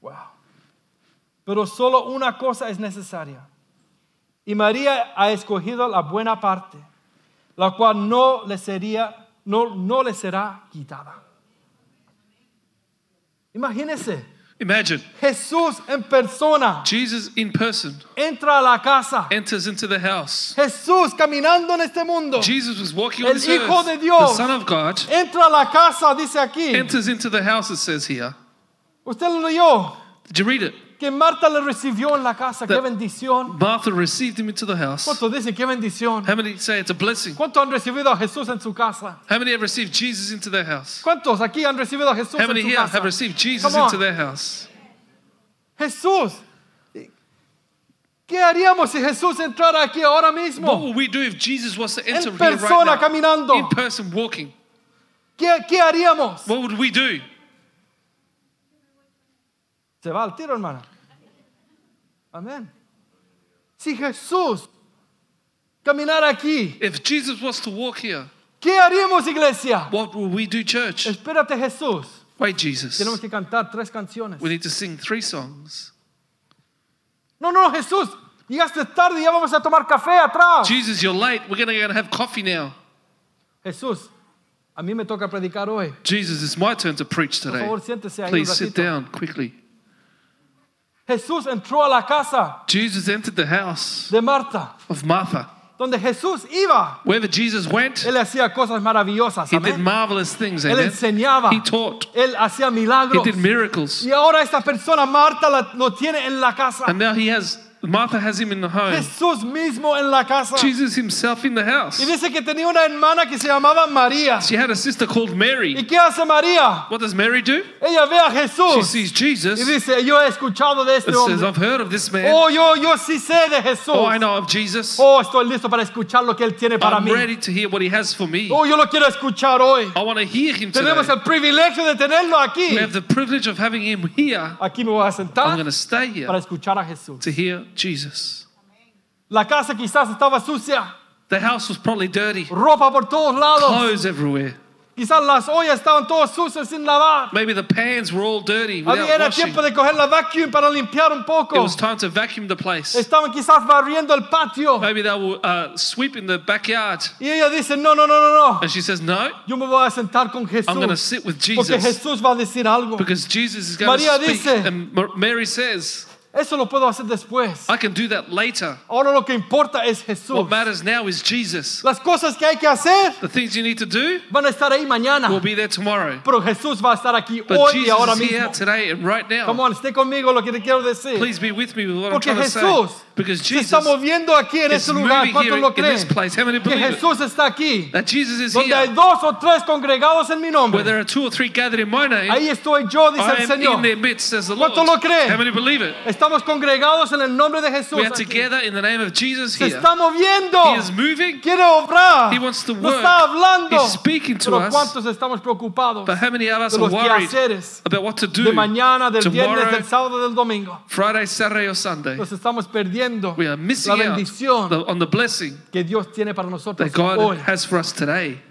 A: Wow. Pero solo una cosa es necesaria. Y María ha escogido la buena parte, la cual no le sería no, no le será quitada. Imagínense,
B: Imagine
A: Jesús en persona
B: Jesus in person
A: entra a la casa.
B: enters into the house.
A: Jesús caminando en este mundo.
B: Jesus was walking
A: El
B: on this
A: Hijo
B: earth.
A: de
B: The
A: Dios.
B: Son of God
A: Entra a la casa, dice aquí.
B: enters into the house, it says here.
A: Usted lo leyó.
B: Did you read it?
A: Que Marta le recibió en la casa. Qué
B: That-
A: bendición.
B: Martha received him into the house.
A: ¿Cuántos dicen qué bendición?
B: How many say it's a blessing?
A: ¿Cuántos han recibido a Jesús en su casa?
B: How many have received Jesus into their house?
A: ¿Cuántos aquí han recibido a Jesús
B: How
A: en
B: many
A: su
B: here
A: casa?
B: have received Jesus
A: Come on.
B: into their house?
A: Jesús. ¿Qué haríamos si Jesús entrara aquí ahora
B: What
A: mismo?
B: would we do if Jesus was to enter
A: En
B: here
A: persona
B: right now?
A: caminando.
B: In person walking.
A: ¿Qué, qué haríamos?
B: What would we do?
A: Se va al tiro, hermana. Amén. Si Jesús caminara aquí,
B: If Jesus was to walk here,
A: ¿qué haríamos, iglesia?
B: what would we do, church?
A: Espérate, Jesús.
B: Wait, Jesus.
A: Tenemos que cantar tres canciones.
B: We need to sing three songs.
A: No, no, Jesús. Llegaste tarde, ya vamos a tomar café atrás.
B: Jesus, you're late. We're going to go and have coffee now.
A: Jesús, a mí me toca predicar hoy.
B: Jesus, it's my turn to preach
A: Por
B: today.
A: favor, siéntese ahí un
B: Please sit
A: ratito.
B: down quickly.
A: Jesús entró a la casa
B: Jesus entered the house
A: de Marta,
B: of Martha.
A: donde Jesús iba.
B: Wherever Jesus went,
A: Él hacía cosas maravillosas.
B: he did
A: Amén.
B: marvelous things.
A: Él
B: Amen.
A: enseñaba.
B: He taught.
A: Él hacía
B: He
A: milagros.
B: did miracles.
A: Y ahora esta persona, Marta, la- lo tiene en la casa.
B: And now he has, Martha has him in the home.
A: Jesús mismo en la casa.
B: Jesus himself in the
A: Y
B: house.
A: dice que tenía una hermana que se llamaba María.
B: She had a sister called Mary.
A: ¿Y qué hace María?
B: What does Mary do?
A: Ella ve a
B: She
A: Jesús
B: sees
A: y
B: Jesus
A: dice, yo he escuchado de este
B: and says,
A: hombre.
B: I've heard of this man.
A: Oh, yo, yo sí sé de Jesús.
B: Oh, I know of Jesus.
A: Oh, estoy listo para escuchar lo que Él tiene para
B: I'm
A: mí.
B: ready to hear what he has for me.
A: Oh, yo lo quiero escuchar hoy.
B: I want to hear him today.
A: Tenemos el privilegio de tenerlo aquí.
B: We have the privilege of having him here.
A: Aquí me voy a
B: I'm going
A: sentar
B: to stay
A: para
B: here
A: escuchar a Jesús.
B: to hear Jesus.
A: La casa quizás estaba sucia,
B: The house was probably dirty,
A: ropa por todos lados.
B: clothes everywhere.
A: Quizás las ollas estaban todas sucias sin lavar.
B: Maybe the pans were all dirty
A: Había
B: without
A: era
B: washing.
A: tiempo de coger la vacuum para limpiar un
B: It
A: poco.
B: was time to vacuum the place.
A: Estaban quizás barriendo el patio.
B: Maybe they were uh, sweeping the backyard.
A: Y ella dice, no, no, no, no, no.
B: And she says, No,
A: Yo me voy a sentar con
B: I'm going to
A: Jesús.
B: sit with
A: Porque
B: Jesus.
A: Jesús va a decir algo.
B: Because Jesus is going
A: María
B: to speak.
A: dice-
B: and Ma- Mary says,
A: Eso lo puedo hacer después.
B: I can do that later.
A: Ahora lo que importa es Jesús.
B: What matters now is Jesus.
A: Las cosas que hay que hacer
B: The things you need to do
A: van a estar ahí mañana.
B: will be there tomorrow.
A: Pero Jesús va a estar aquí
B: But
A: hoy y
B: Jesus
A: ahora
B: is here
A: mismo.
B: today and right
A: Come
B: now.
A: on, esté conmigo lo que te quiero decir.
B: Please be with me with what I'm
A: Porque
B: trying to
A: Jesús
B: say. Because
A: Se está
B: Jesus
A: moviendo aquí en
B: is
A: este lugar.
B: moving here
A: ¿Cuántos
B: in
A: lo
B: this
A: creen?
B: place. How many
A: Que
B: believe it?
A: Jesús está aquí.
B: That Jesus is
A: Donde hay
B: here.
A: dos o tres congregados en mi
B: Where
A: nombre.
B: there are two or three gathered in my name,
A: Ahí estoy yo, dice
B: I
A: el
B: am in
A: Señor.
B: their midst, says the Lord.
A: ¿Cuántos lo creen?
B: How many believe it?
A: Estamos congregados en el nombre de Jesús.
B: We are
A: aquí.
B: together in the name of Jesus
A: Se
B: here.
A: está moviendo.
B: He is moving.
A: Quiere obrar.
B: He wants to
A: Nos
B: work.
A: está hablando.
B: He's speaking to
A: Pero
B: us.
A: ¿cuántos estamos preocupados?
B: But how many of us
A: de
B: are
A: los
B: worried
A: quehaceres
B: about what to
A: de
B: do
A: mañana, del viernes,
B: tomorrow,
A: del sábado, del domingo.
B: Friday, Saturday, or Sunday?
A: Nos estamos perdiendo
B: We
A: la
B: are missing out
A: bendición
B: the- on the blessing
A: que Dios tiene para nosotros
B: that God
A: hoy.
B: has for us today.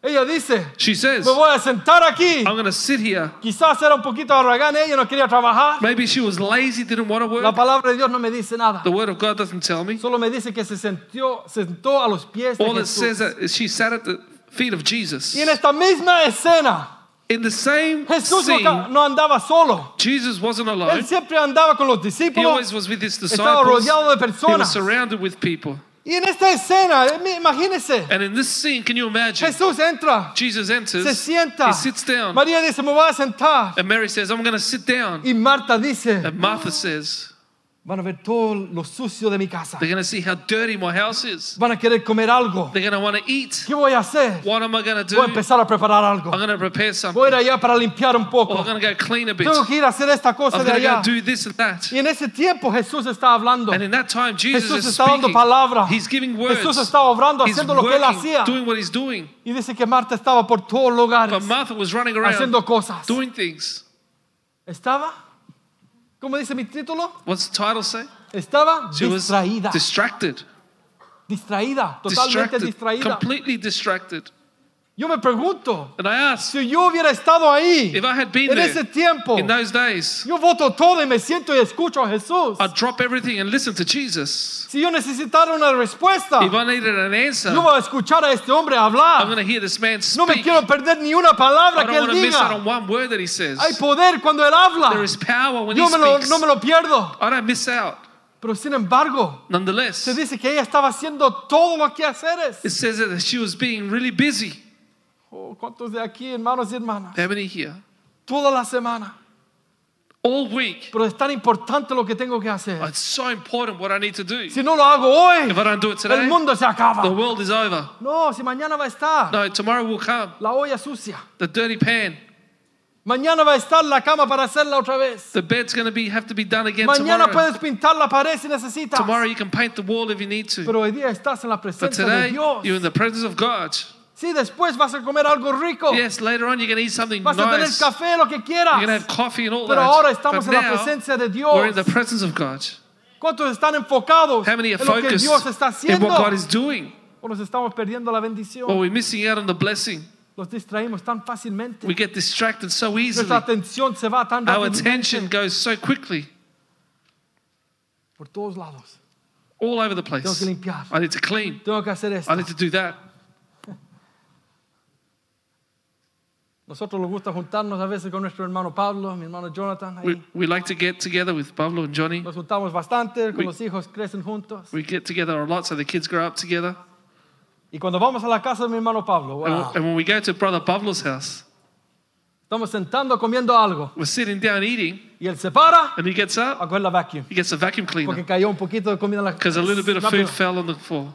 A: Ella dice,
B: She says,
A: me voy a sentar aquí.
B: I'm going to sit here.
A: Quizás era un poquito arrogán, ella no quería trabajar.
B: Maybe she was lazy, didn't want to
A: La
B: work.
A: palabra de Dios no me dice nada.
B: The word of God doesn't tell me.
A: Solo me dice que se sentió, se sentó a los pies de
B: All it says
A: Jesús.
B: that she sat at the feet of Jesus.
A: Y en esta misma escena,
B: In the same
A: Jesús no ca-
B: scene,
A: no andaba solo.
B: Jesus wasn't
A: Él
B: alone.
A: siempre andaba con los
B: He
A: discípulos
B: always was with his
A: estaba
B: disciples.
A: rodeado de
B: He was
A: personas.
B: surrounded with people.
A: Y en esta escena, eh, imagínense,
B: And in this scene, can you imagine?
A: Jesús entra,
B: Jesus
A: se
B: enters.
A: sienta.
B: He sits down.
A: María dice, me voy a sentar.
B: And Mary says, I'm going to sit down.
A: Y Marta dice,
B: And Martha says,
A: Van a ver todo lo sucio de mi casa.
B: They're going to see how dirty my house is.
A: Van a querer comer algo.
B: They're going to want to eat.
A: ¿Qué voy a hacer?
B: What am I going to do?
A: Voy a empezar a preparar algo.
B: I'm going to prepare something.
A: Voy a ir allá para limpiar un
B: Or
A: poco.
B: I'm going to go clean a bit.
A: Tengo
B: I'm
A: que ir a hacer esta cosa de
B: going to go
A: allá.
B: do this and that.
A: Y en ese tiempo Jesús está hablando.
B: And in that time, Jesus
A: Jesús
B: is
A: está dando
B: speaking.
A: palabra.
B: He's giving words.
A: Jesús está obrando,
B: He's
A: haciendo lo que él hacía.
B: working, doing what he's doing.
A: Y dice que Marta estaba por todos lugares
B: But Martha was running around
A: haciendo cosas.
B: doing things.
A: Estaba, como dice mi título,
B: What's the title say?
A: estaba
B: She was
A: distraída.
B: distracted.
A: Distraída, totalmente
B: Distracted.
A: distraída.
B: Completely distracted.
A: Yo me pregunto,
B: And I asked,
A: si yo hubiera estado ahí
B: if I had been
A: en ese
B: there
A: tiempo,
B: in those days,
A: yo voto todo y me siento y escucho a Jesús.
B: I'd drop everything and listen to Jesus.
A: Si yo necesitara una respuesta,
B: If I needed an answer,
A: yo voy a escuchar a este hombre
B: I'm
A: hablar.
B: going to hear this man
A: No me
B: speak.
A: quiero perder ni una palabra
B: I
A: que él
B: don't want to miss out
A: diga.
B: on one word that he says.
A: Hay poder cuando él
B: There
A: habla.
B: is power when he
A: Yo me lo- no
B: speaks.
A: me lo pierdo.
B: I don't miss out.
A: Pero sin embargo, se
B: Nonetheless,
A: dice que ella estaba haciendo todo lo que hacer
B: it says that she was being really busy.
A: Oh, ¿Cuántos de aquí, hermanos y hermanas?
B: How many here?
A: Toda la semana.
B: All week.
A: Pero es tan importante lo que tengo que hacer.
B: It's so important what I need to do.
A: Si no lo hago hoy,
B: If I don't do it
A: el
B: today,
A: mundo se acaba.
B: the world is over.
A: No, si mañana va a estar
B: No, tomorrow will come.
A: la olla sucia.
B: The dirty pan.
A: Mañana va a estar la cama para hacerla otra vez.
B: The bed's going to be have to be done again
A: Mañana
B: tomorrow.
A: puedes pintar la pared si necesitas.
B: Tomorrow you can paint the wall if you need to.
A: Pero hoy día estás en la
B: But
A: presencia de
B: today,
A: Dios.
B: you're in the presence of God.
A: Sí, después vas a comer algo rico.
B: Yes, later on you're going to eat something
A: Vas a tener
B: nice. You're
A: café, lo que
B: going to
A: quieras.
B: have coffee and all
A: Pero
B: that.
A: ahora estamos en
B: but
A: la
B: now,
A: presencia de
B: we're in the
A: Dios.
B: presence of God.
A: ¿Cuántos están enfocados
B: How many are
A: en lo que
B: focused
A: Dios está
B: in
A: haciendo?
B: what God is doing?
A: O nos estamos perdiendo la bendición.
B: Or we're missing out on the blessing.
A: Los distraímos tan fácilmente.
B: We get distracted so easily.
A: Nuestra atención se va tan
B: Our
A: rápido
B: attention goes so quickly,
A: por todos lados.
B: all over the
A: Tengo que
B: place.
A: limpiar.
B: I need to clean.
A: Tengo que hacer esto.
B: I need to do that.
A: Nosotros nos gusta juntarnos a veces con nuestro hermano Pablo, mi hermano Jonathan. ahí.
B: We, we like to get together with Pablo and Johnny.
A: Nos juntamos bastante, con
B: We-
A: los hijos crecen juntos.
B: We get together a lot so the kids grow up together.
A: Y cuando vamos a la casa de mi hermano Pablo,
B: And,
A: wow,
B: and when we go to Brother Pablo's house,
A: estamos sentando comiendo algo.
B: we're sitting down eating,
A: Y él se para
B: and he gets
A: a
B: up,
A: coger la vacuum.
B: he gets a vacuum cleaner
A: Porque cayó un poquito de comida en la
B: because a little bit of
A: rápido.
B: food fell on the floor.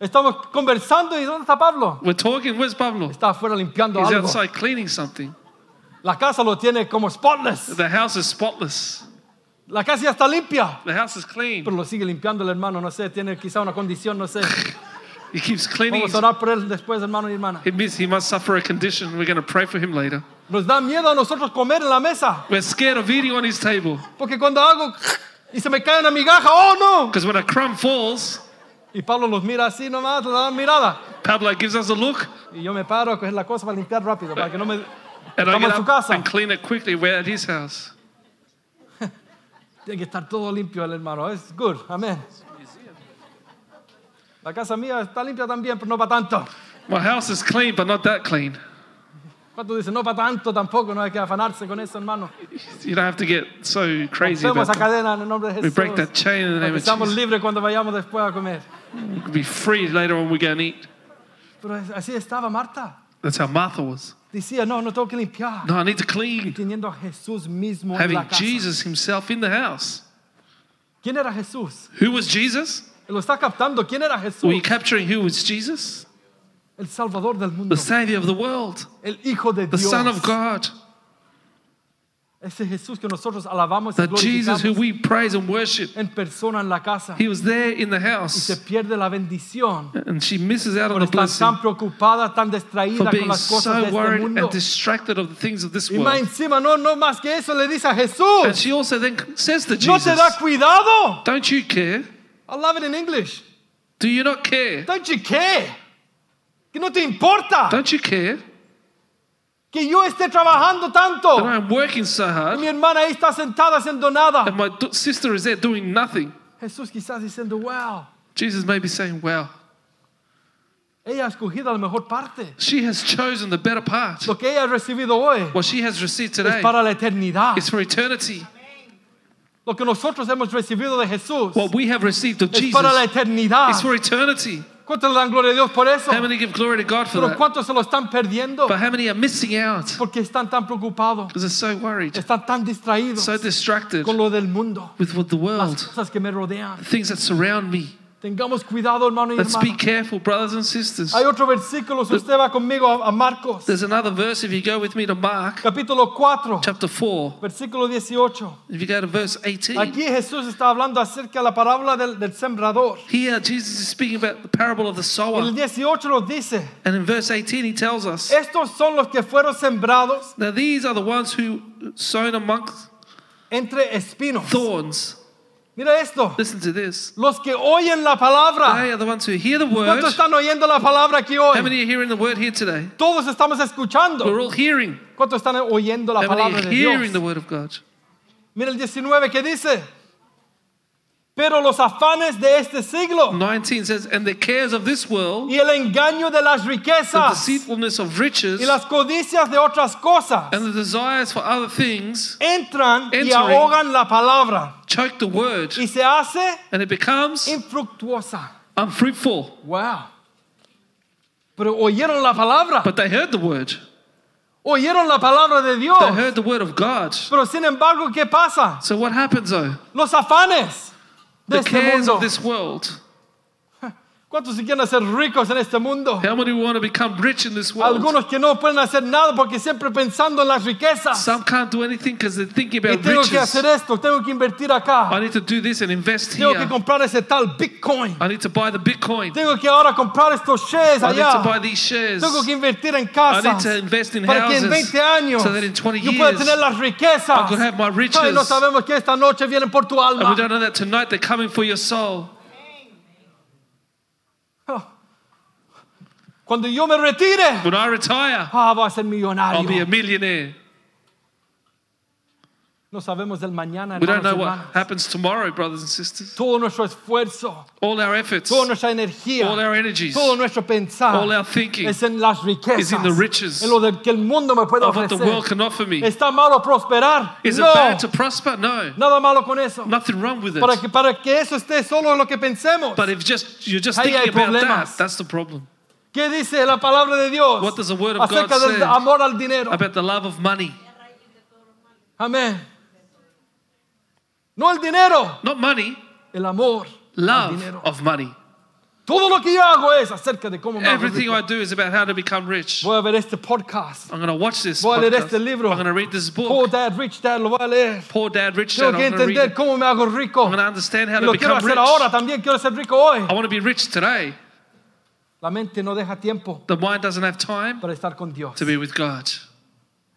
A: Estamos conversando y ¿dónde está Pablo?
B: We're talking, where's Pablo?
A: Está afuera limpiando
B: He's
A: algo.
B: outside cleaning something.
A: La casa lo tiene como spotless.
B: The house is spotless.
A: La casa ya está limpia.
B: The house is clean.
A: Pero lo sigue limpiando el hermano, no sé, tiene quizá una condición, no sé.
B: He keeps cleaning.
A: Vamos a
B: his-
A: orar por él después, hermano y hermana.
B: He, miss, he must suffer a condition. We're going to pray for him later.
A: Nos da miedo a nosotros comer en la mesa,
B: We're scared of eating on his table
A: porque cuando hago y se me cae una migaja, ¡oh no!
B: because when a crumb falls,
A: Y Pablo los mira así nomás, le da mirada.
B: Pablo gives us a look,
A: Y yo me paro a coger la cosa para limpiar rápido, para que no me...
B: and I
A: Estamos
B: get
A: en su
B: up
A: casa.
B: and clean it quickly. We're at his house.
A: Tiene que estar todo limpio el hermano, es good, amén. La casa mía está limpia también, pero no para tanto.
B: My house is clean, but not that clean.
A: ¿Cuántos dicen? No para tanto tampoco, no hay que afanarse con eso, hermano.
B: You don't have to get so crazy
A: Rompemos
B: about
A: esa
B: that.
A: cadena en el nombre de
B: We break that
A: Jesús.
B: chain in the
A: Para
B: name
A: que
B: of
A: seamos
B: Jesus.
A: libres cuando vayamos después a comer.
B: We'll be free later when we go and eat.
A: Pero es- así estaba Marta.
B: That's how Martha was.
A: Decía, no, no tengo que limpiar.
B: No, I need to clean.
A: Teniendo a Jesús mismo en
B: Having
A: la casa.
B: Jesus himself in the house.
A: ¿Quién era Jesús?
B: Who was Jesus?
A: Lo está captando. ¿Quién era Jesús?
B: Were you capturing who was Jesus?
A: El Salvador del mundo.
B: The Savior of the world,
A: El Hijo de
B: the
A: Dios.
B: Son of God,
A: Ese Jesús que nosotros alabamos y
B: the Jesus who
A: glorificamos
B: we praise and worship.
A: en persona en la casa.
B: He was there in the
A: Se
B: house,
A: pierde la bendición
B: and she misses out
A: por
B: on the
A: estar
B: blessing
A: tan preocupada, tan
B: for
A: distraída con
B: being
A: las cosas de
B: so
A: este
B: worried
A: mundo.
B: and distracted of the things of this
A: Y más
B: world.
A: encima, no, no más que eso, le dice a
B: And
A: Jesús,
B: she also then says to
A: ¿no te
B: Jesus,
A: da cuidado?
B: Don't you care?
A: I love it in English.
B: Do you not care?
A: Don't you care? Que no te importa
B: Don't you care
A: que yo esté trabajando
B: that
A: tanto.
B: I'm working so
A: Y
B: hard
A: mi hermana ahí está sentada haciendo nada.
B: and my do- sister is there doing nothing?
A: Jesús quizás diciendo, wow,
B: Jesus may be saying, Wow,
A: ella ha escogido la mejor parte.
B: she has chosen the better part.
A: Lo que ella ha recibido hoy
B: What she has received
A: es
B: today
A: para la eternidad.
B: is for eternity.
A: Lo que nosotros hemos recibido de Jesús
B: What we have received of
A: es para la
B: Jesus
A: eternidad.
B: is for eternity.
A: ¿Cuántos le dan gloria a Dios por eso?
B: How many give glory to God for
A: Pero
B: that?
A: ¿cuántos se lo están perdiendo?
B: But how many are missing out
A: Porque están tan preocupados,
B: because they're so worried,
A: están tan distraídos
B: so distracted
A: con lo del mundo,
B: with what the
A: las
B: world,
A: cosas que me rodean.
B: things that surround me.
A: Tengamos cuidado, hermano y
B: Let's
A: hermana.
B: be careful, brothers and sisters.
A: Hay otro versículo, si usted va conmigo a, a Marcos,
B: There's another verse if you go with me to Mark
A: capítulo 4,
B: chapter 4.
A: versículo 18.
B: If you go to verse 18,
A: Aquí Jesús está hablando acerca de la parábola del, del sembrador.
B: here Jesus is speaking about the parable of
A: En
B: the
A: el Eh.
B: sower.
A: 18 nos dice,
B: And in verse 18, he tells us
A: estos son los que fueron sembrados
B: Now these are the ones who sown amongst
A: entre espinos.
B: thorns.
A: Mira esto,
B: Listen to this.
A: los que oyen la palabra.
B: They are the ones who hear the word.
A: ¿Cuántos están oyendo la palabra aquí
B: How
A: hoy?
B: many are hearing the word here today?
A: Todos estamos
B: We're
A: escuchando.
B: all hearing.
A: ¿Cuántos están oyendo la
B: How many
A: palabra
B: are
A: de
B: hearing the
A: Dios?
B: word of God?
A: Mira el 19 que dice, pero los afanes de este siglo
B: 19 says, And the cares of this world,
A: y el engaño de las
B: the
A: riquezas
B: deceitfulness of riches,
A: y las codicias de otras cosas
B: and the desires for other things
A: entran y
B: Entering.
A: ahogan la palabra
B: choke the word,
A: y se hace
B: and it becomes
A: infructuosa.
B: unfruitful.
A: Wow. Pero oyeron la palabra,
B: But they heard the word.
A: oyeron la palabra de Dios.
B: They heard the word of God.
A: Pero sin embargo, ¿qué pasa?
B: So what happens though?
A: Los afanes de
B: The
A: este
B: cares
A: mundo.
B: of this world.
A: ¿Cuántos se quieren hacer ricos en este mundo?
B: How many want to become rich in this world?
A: Algunos que no pueden hacer nada porque siempre pensando en las riquezas.
B: Some can't do anything because they're thinking
A: Y
B: about
A: tengo que hacer
B: riches.
A: esto, tengo que invertir
B: I
A: acá.
B: need to do this and invest
A: Tengo que
B: here.
A: comprar ese tal Bitcoin.
B: I need to buy the Bitcoin.
A: Tengo que ahora comprar estos shares
B: I need to buy
A: allá.
B: these shares.
A: Tengo que
B: I
A: invertir en
B: need
A: casas.
B: to invest in
A: Para que en 20
B: houses.
A: años
B: so that in 20
A: yo pueda
B: years
A: tener las riquezas.
B: I could have my riches.
A: Ay, no sabemos que esta noche vienen por tu
B: And we
A: alma.
B: don't know that tonight they're coming for your soul.
A: Ah. Cuando yo me retire,
B: When I retire,
A: ah, voy a ser
B: I'll be
A: millonario.
B: a millionaire.
A: No sabemos del mañana,
B: We
A: hermanos,
B: don't know
A: y
B: what
A: hermanas.
B: happens tomorrow, brothers and sisters.
A: Todo nuestro esfuerzo,
B: All our efforts,
A: toda
B: all
A: nuestra energía,
B: our energies,
A: todo nuestro pensar
B: all our thinking
A: es en las
B: is
A: riquezas,
B: in the riches
A: en lo del que el mundo me puede
B: of what the world
A: ofrecer.
B: can offer me.
A: ¿Está malo prosperar?
B: Is it
A: no,
B: bad to prosper? No.
A: nada malo con eso.
B: Nothing wrong with it.
A: Para que, para que eso esté solo en lo que pensemos.
B: But if just you're just
A: Ahí hay
B: thinking about that,
A: problemas.
B: that's the problem.
A: ¿Qué dice la palabra de Dios
B: What does the word of
A: acerca
B: God
A: del
B: say?
A: amor al dinero?
B: About the love of money.
A: Amén. No el dinero,
B: Not money,
A: el amor. al
B: love
A: dinero.
B: of money.
A: Todo lo que yo hago es acerca de cómo me hago
B: Everything
A: rico.
B: I do is about how to become rich.
A: Voy a ver este podcast.
B: I'm going to watch this.
A: Voy a leer
B: podcast.
A: este libro.
B: I'm going to read this book.
A: Poor Dad, Rich Dad, lo voy a leer.
B: Poor Dad, Rich Dad.
A: Tengo que
B: I'm going to read
A: entender
B: it.
A: cómo me hago rico.
B: I'm going to understand how
A: Y
B: to
A: lo quiero
B: become
A: hacer
B: rich.
A: ahora también, quiero ser rico hoy.
B: I want to be rich today.
A: La mente no deja tiempo
B: The mind doesn't have time
A: para estar con Dios.
B: to be with God.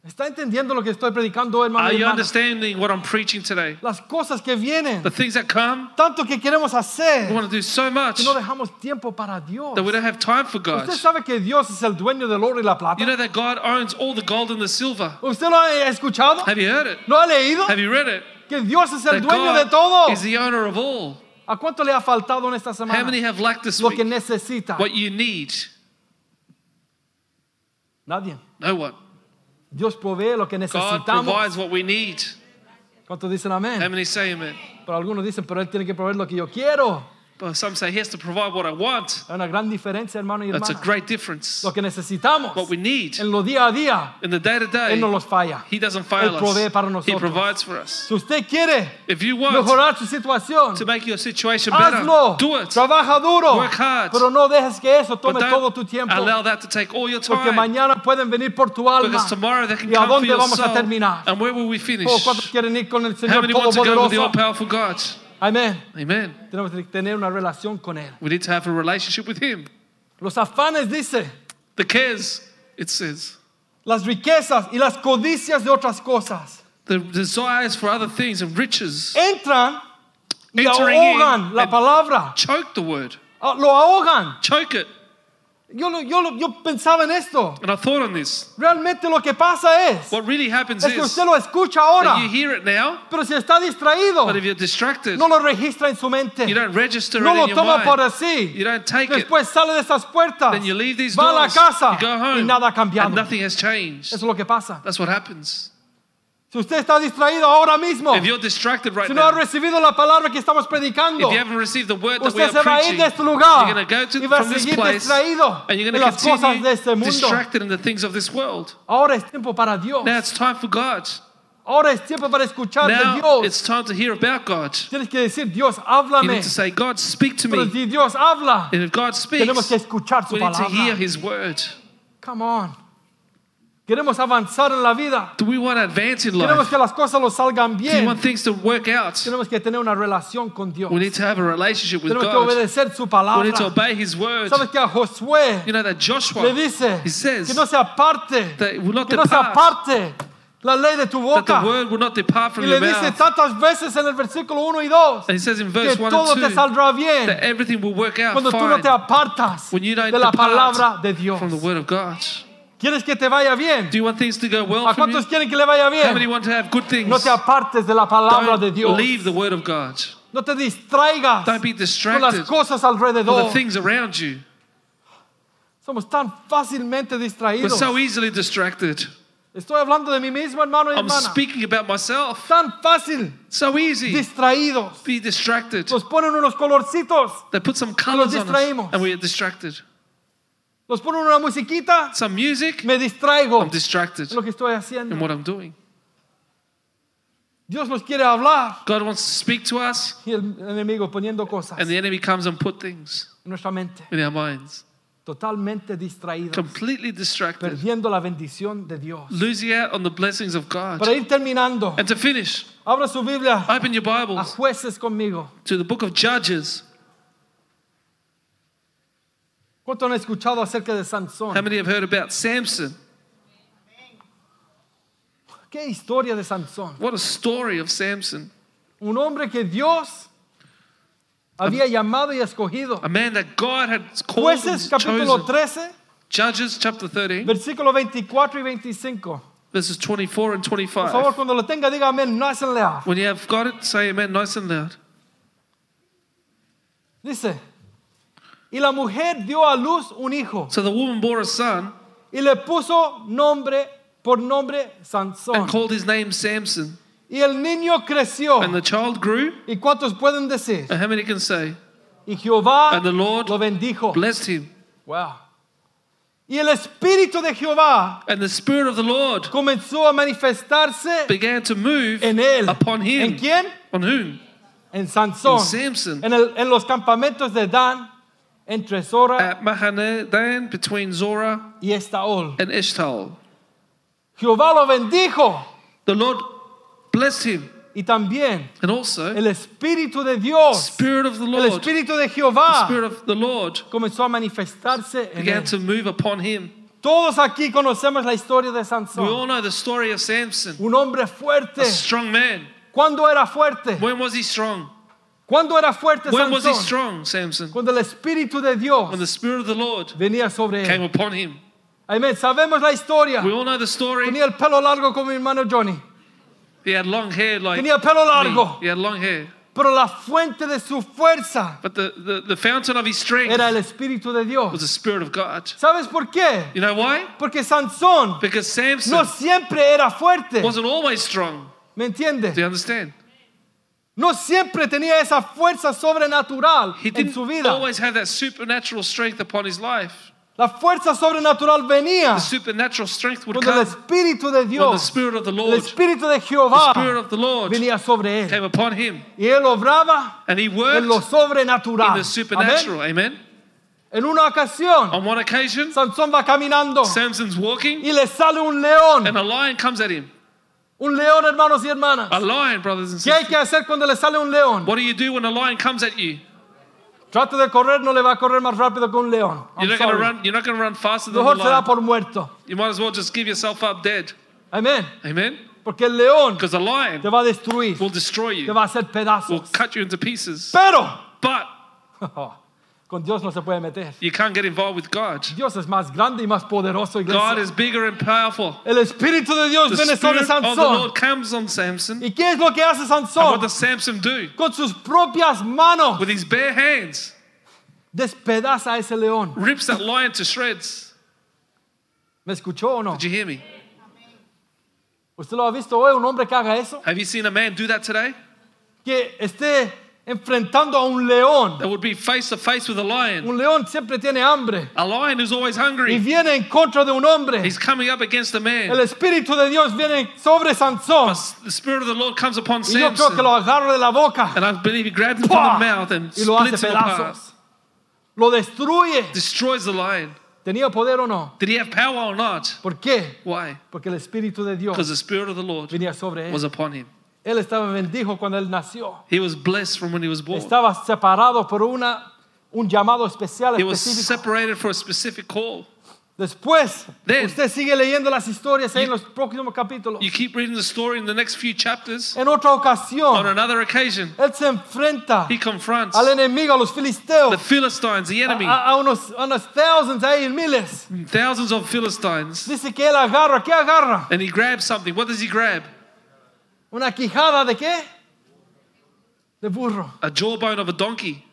A: ¿Está entendiendo lo que estoy predicando hoy, hermano?
B: Are
A: y
B: you
A: hermana?
B: understanding what I'm preaching today?
A: Las cosas que vienen,
B: The things that come,
A: tanto que queremos
B: we
A: hacer,
B: want to do so much
A: que no dejamos tiempo para Dios.
B: that we don't have time for God.
A: Usted sabe que Dios es el dueño del oro y la plata.
B: You know that God owns all the gold and the silver.
A: ¿Usted lo ha escuchado?
B: Have you heard it?
A: ¿Lo ha leído?
B: Have you read it?
A: Que Dios es el
B: That
A: dueño de
B: God
A: todo.
B: is the owner of all.
A: ¿A cuánto le ha faltado en esta
B: How
A: semana?
B: many have lacked this
A: Lo que
B: week?
A: necesita.
B: What you need?
A: Nadie.
B: No one.
A: Dios provee lo que
B: God
A: necesitamos.
B: provides what we need.
A: ¿Cuántos dicen
B: How
A: amén?
B: many say amen?
A: Pero algunos dicen, pero Él tiene que proveer lo que yo quiero.
B: But some say he has to provide what I want.
A: Hay una gran diferencia, hermano y
B: That's a
A: hermana.
B: great difference.
A: Lo que necesitamos
B: What we need
A: en lo día a día,
B: in the day to
A: Él no
B: day,
A: los falla.
B: he doesn't fail
A: Él provee para
B: us. He
A: nosotros.
B: provides for us.
A: Si usted quiere
B: If you want
A: mejorar su situación,
B: to make your situation better,
A: hazlo.
B: do it.
A: Trabaja duro.
B: Work hard.
A: Pero no dejes que eso
B: But
A: tome todo
B: don't
A: tu tiempo.
B: allow that to take all your
A: Porque
B: time.
A: mañana pueden venir por tu alma.
B: Because tomorrow they can
A: ¿Y a
B: come for
A: dónde
B: your
A: vamos a
B: soul.
A: terminar?
B: And where will we finish?
A: Oh, ¿Cuántos quieren ir con el
B: How
A: Señor
B: many want to go with the
A: Todopoderoso?
B: all-powerful God?
A: Amén.
B: Amen.
A: Tenemos que tener una relación con Él.
B: We need to have a relationship with Him.
A: Los afanes, dice,
B: The cares, it says.
A: las riquezas y las codicias de otras cosas
B: The desires for other things and riches
A: entran y
B: Entering
A: ahogan
B: in
A: la
B: and-
A: palabra.
B: choke the word.
A: Ah, Lo ahogan.
B: Choke it.
A: Yo, lo- yo, lo- yo pensaba en esto.
B: And I thought on this.
A: Realmente lo que pasa es,
B: What really happens
A: es que
B: is
A: usted lo escucha ahora,
B: that you hear it now,
A: pero si está distraído,
B: but if you're distracted,
A: no lo registra en su mente.
B: you don't register
A: No
B: it
A: lo
B: in your
A: toma
B: mind.
A: para sí.
B: You don't take it.
A: Después sale de esas puertas,
B: Then you leave these
A: va a la
B: doors,
A: casa
B: you go
A: y
B: home,
A: nada ha cambiado.
B: and
A: Eso
B: nothing has changed.
A: es lo que pasa.
B: That's what happens.
A: Si usted está distraído ahora mismo,
B: If you're distracted right
A: si no ha
B: now, if
A: recibido la palabra que estamos predicando,
B: you haven't received the word that we
A: usted se
B: are
A: va a ir
B: preaching,
A: de este
B: you're
A: lugar
B: going to go to,
A: y va a
B: from this
A: seguir
B: place
A: distraído
B: and you're
A: en
B: going to
A: las cosas de este
B: continue
A: mundo.
B: distracted in the things of this world.
A: Ahora es tiempo para Dios.
B: Now it's time for God.
A: Ahora es tiempo para escuchar de
B: Now
A: Dios.
B: it's time to hear about God.
A: Tienes que decir, Dios,
B: You
A: háblame.
B: need to say, God, speak to
A: Pero
B: me.
A: si Dios habla,
B: And if God
A: tenemos
B: speaks,
A: que escuchar su
B: we need to hear
A: palabra.
B: His word.
A: Come on. Queremos avanzar en la vida.
B: Do we want to advance in
A: Queremos
B: life?
A: que las cosas nos salgan
B: Do you
A: bien.
B: want things to work out?
A: Tenemos que tener una relación con Dios.
B: We need to have a relationship with
A: Tenemos que
B: God.
A: obedecer su
B: We need to
A: palabra.
B: obey His word.
A: Sabes que a Josué
B: You know that
A: le
B: Joshua,
A: dice
B: he says
A: que no se aparte,
B: that it will not
A: que no se
B: depart,
A: aparte la ley de tu
B: that
A: boca.
B: the word will not depart from
A: Y
B: your
A: le dice
B: mouth.
A: tantas veces en el versículo 1 y 2
B: And he says in
A: que
B: verse 1
A: todo te
B: and 2
A: saldrá
B: that
A: bien
B: everything will work out
A: cuando tú no
B: fine
A: te apartas
B: when you don't
A: de la palabra
B: depart
A: de Dios.
B: from the word of God.
A: ¿Quieres que te vaya bien?
B: Do you want things to go well
A: ¿A
B: for you?
A: cuántos quieren que le vaya
B: How many
A: bien?
B: want to have good things?
A: No te apartes de la palabra de
B: Don't
A: Dios.
B: leave the word of God.
A: No te distraigas
B: Don't be
A: con las
B: distracted from
A: cosas alrededor.
B: the things around you.
A: Somos tan fácilmente
B: We're
A: distraídos.
B: so easily distracted.
A: Estoy hablando de mí mismo, hermano y
B: I'm
A: hermana.
B: speaking about myself.
A: Tan fácil
B: So easy.
A: distraídos.
B: Be distracted.
A: Nos ponen unos colorcitos,
B: They put some colors on us
A: distraímos.
B: and we are distracted.
A: nos ponen una musiquita,
B: Some music,
A: me distraigo
B: I'm
A: de
B: distracted
A: lo que estoy
B: in
A: haciendo.
B: what I'm doing.
A: Dios nos quiere hablar
B: God wants to speak to us
A: y el enemigo poniendo cosas
B: and
A: en
B: the enemy comes and put things
A: nuestra mente,
B: in our minds.
A: totalmente distraídos,
B: Completely distracted.
A: perdiendo la bendición de Dios.
B: Losing out on the blessings of God.
A: Para ir terminando,
B: And to finish,
A: abra su Biblia
B: open your
A: a
B: Bibles
A: jueces conmigo.
B: to the book of Judges.
A: ¿Cuánto han escuchado acerca de
B: How
A: Sansón?
B: many have heard about Samson?
A: ¿Qué historia de Sansón?
B: What a story of Samson.
A: Un hombre que Dios había llamado y escogido.
B: A man that God had called and
A: Jueces capítulo 13,
B: chosen. Judges chapter 13,
A: versículo 24 y 25.
B: verses 24 and
A: Por favor,
B: 25.
A: cuando lo tenga, diga amén, no hacen leal.
B: When you have got it, say amen nice and loud.
A: Dice, y la mujer dio a luz un hijo
B: So the woman bore a son
A: y le puso nombre por nombre Sansón.
B: and called his name Samson.
A: Y el niño creció.
B: And the child grew.
A: ¿Y cuántos pueden decir?
B: And how many can say,
A: Y Jehová
B: And the Lord
A: lo bendijo.
B: blessed him?
A: Wow. Y el espíritu de Jehová
B: And the Spirit of the Lord
A: comenzó a manifestarse
B: began to move
A: en él.
B: upon him.
A: ¿En quién?
B: On whom?
A: En Sansón.
B: En Samson.
A: En, el- en los campamentos de Dan, entre Zora
B: At Mahanadan between Zorah
A: y Estaol.
B: and Eshtal.
A: Jehová lo bendijo
B: The Lord blessed him.
A: y también
B: And also,
A: el espíritu de Dios,
B: Spirit of the
A: el
B: Lord, the
A: espíritu de Jehová
B: Spirit of the Lord
A: comenzó a manifestarse en
B: began
A: él.
B: to move upon him.
A: Todos aquí conocemos la historia de
B: We
A: Sansón,
B: all know the story of Samson,
A: un hombre fuerte.
B: a strong man.
A: ¿Cuándo era fuerte?
B: When was he strong?
A: ¿Cuándo era fuerte
B: When was he
A: Sansón?
B: strong, Samson?
A: Cuando el espíritu de Dios
B: When the Spirit of the Lord
A: venía sobre
B: came
A: él.
B: upon him.
A: Amén. Sabemos la historia.
B: We all know the story.
A: Tenía el pelo largo como mi hermano Johnny.
B: He had long hair like
A: Tenía pelo
B: me.
A: largo.
B: He had long hair.
A: Pero la fuente de su fuerza
B: But the, the, the fountain of his strength
A: era el Espíritu de
B: was
A: Dios.
B: the Spirit of God.
A: ¿Sabes por qué?
B: You know why?
A: Porque Sansón
B: Because
A: no
B: Samson
A: siempre era fuerte.
B: wasn't always strong.
A: ¿Me entiendes?
B: Do you understand?
A: No siempre tenía esa fuerza sobrenatural
B: He
A: en su
B: didn't
A: vida.
B: always have that supernatural strength upon his life.
A: La fuerza sobrenatural venía
B: The supernatural strength would
A: cuando el
B: come
A: Espíritu de
B: when the
A: Dios,
B: Spirit of the
A: el
B: Lord,
A: Espíritu de
B: the
A: Jehová
B: Spirit of the Lord
A: venía sobre él.
B: came upon him.
A: Y él obraba
B: And he
A: en lo
B: worked in
A: sobrenatural.
B: the supernatural. Amen.
A: Amén. En una ocasión,
B: On one occasion,
A: Sansón va caminando
B: Samson's walking
A: y le sale un león.
B: and a lion comes at him.
A: Un león, hermanos y hermanas.
B: A lion, brothers and
A: ¿Qué
B: sisters.
A: hay que hacer cuando le sale un león?
B: What do you do when a lion comes at you?
A: Trate de correr, no le va a correr más rápido que un león. I'm
B: You're not going to
A: sorry.
B: run. You're not going to run faster than the
A: Mejor se da
B: lion.
A: por muerto.
B: You might as well just give yourself up dead.
A: Amén.
B: Amen.
A: Porque el león
B: Because the lion
A: te va a destruir,
B: will destroy
A: te
B: you.
A: va a hacer
B: Will
A: pedazos.
B: cut you into pieces.
A: Pero
B: But
A: con Dios no se puede meter.
B: you can't get involved with God.
A: Dios es más grande y más poderoso,
B: God
A: iglesia.
B: is bigger and powerful.
A: El Espíritu de Dios
B: The
A: viene sobre
B: Spirit of the
A: Sansón.
B: Lord comes on Samson. And
A: ¿Y qué es lo que hace
B: what
A: Sansón?
B: does Samson do?
A: Con sus propias manos
B: With his bare hands,
A: despedaza a ese león.
B: rips that lion to shreds.
A: ¿Me escuchó o no?
B: Did you hear me?
A: ¿Usted lo ha visto hoy, un hombre que haga eso?
B: Have you seen a man do that today?
A: Que esté enfrentando a un león.
B: That would be face to face with a lion.
A: Un león siempre tiene hambre.
B: A lion who's always
A: Y
B: hungry.
A: viene en contra de un hombre.
B: He's coming up against a
A: El
B: man.
A: Espíritu de Dios viene sobre Sansón.
B: The Spirit of the Lord comes upon
A: Y yo creo que
B: Samson.
A: lo agarra de la boca.
B: And I believe he grabs him
A: ¡Pua!
B: from the mouth and
A: Y lo hace
B: splits him apart.
A: pedazos. Lo destruye.
B: Destroys the lion.
A: ¿Tenía poder o no?
B: Did he have power or not?
A: ¿Por qué?
B: Why?
A: Porque el Espíritu de Dios
B: Because the Spirit of the Lord
A: venía sobre
B: was
A: él.
B: upon him.
A: Él estaba bendijo cuando él nació.
B: He was blessed from when he was born.
A: Estaba separado por una, un llamado especial
B: He was
A: específico.
B: separated for a specific call.
A: Después,
B: Then-
A: usted sigue leyendo las historias ahí en los próximos capítulos.
B: You keep reading the story in the next few chapters.
A: En otra
B: On
A: ocasión,
B: another occasion,
A: él se enfrenta
B: he confronts
A: al enemigo, a los
B: the
A: filisteos,
B: Philistines, the enemy,
A: a, a unos, a unos thousands ahí, miles.
B: thousands of Philistines,
A: Dice que él agarra, ¿qué agarra?
B: and he grabs something. What does he grab?
A: ¿Una quijada de qué? De burro.
B: A jawbone of a donkey.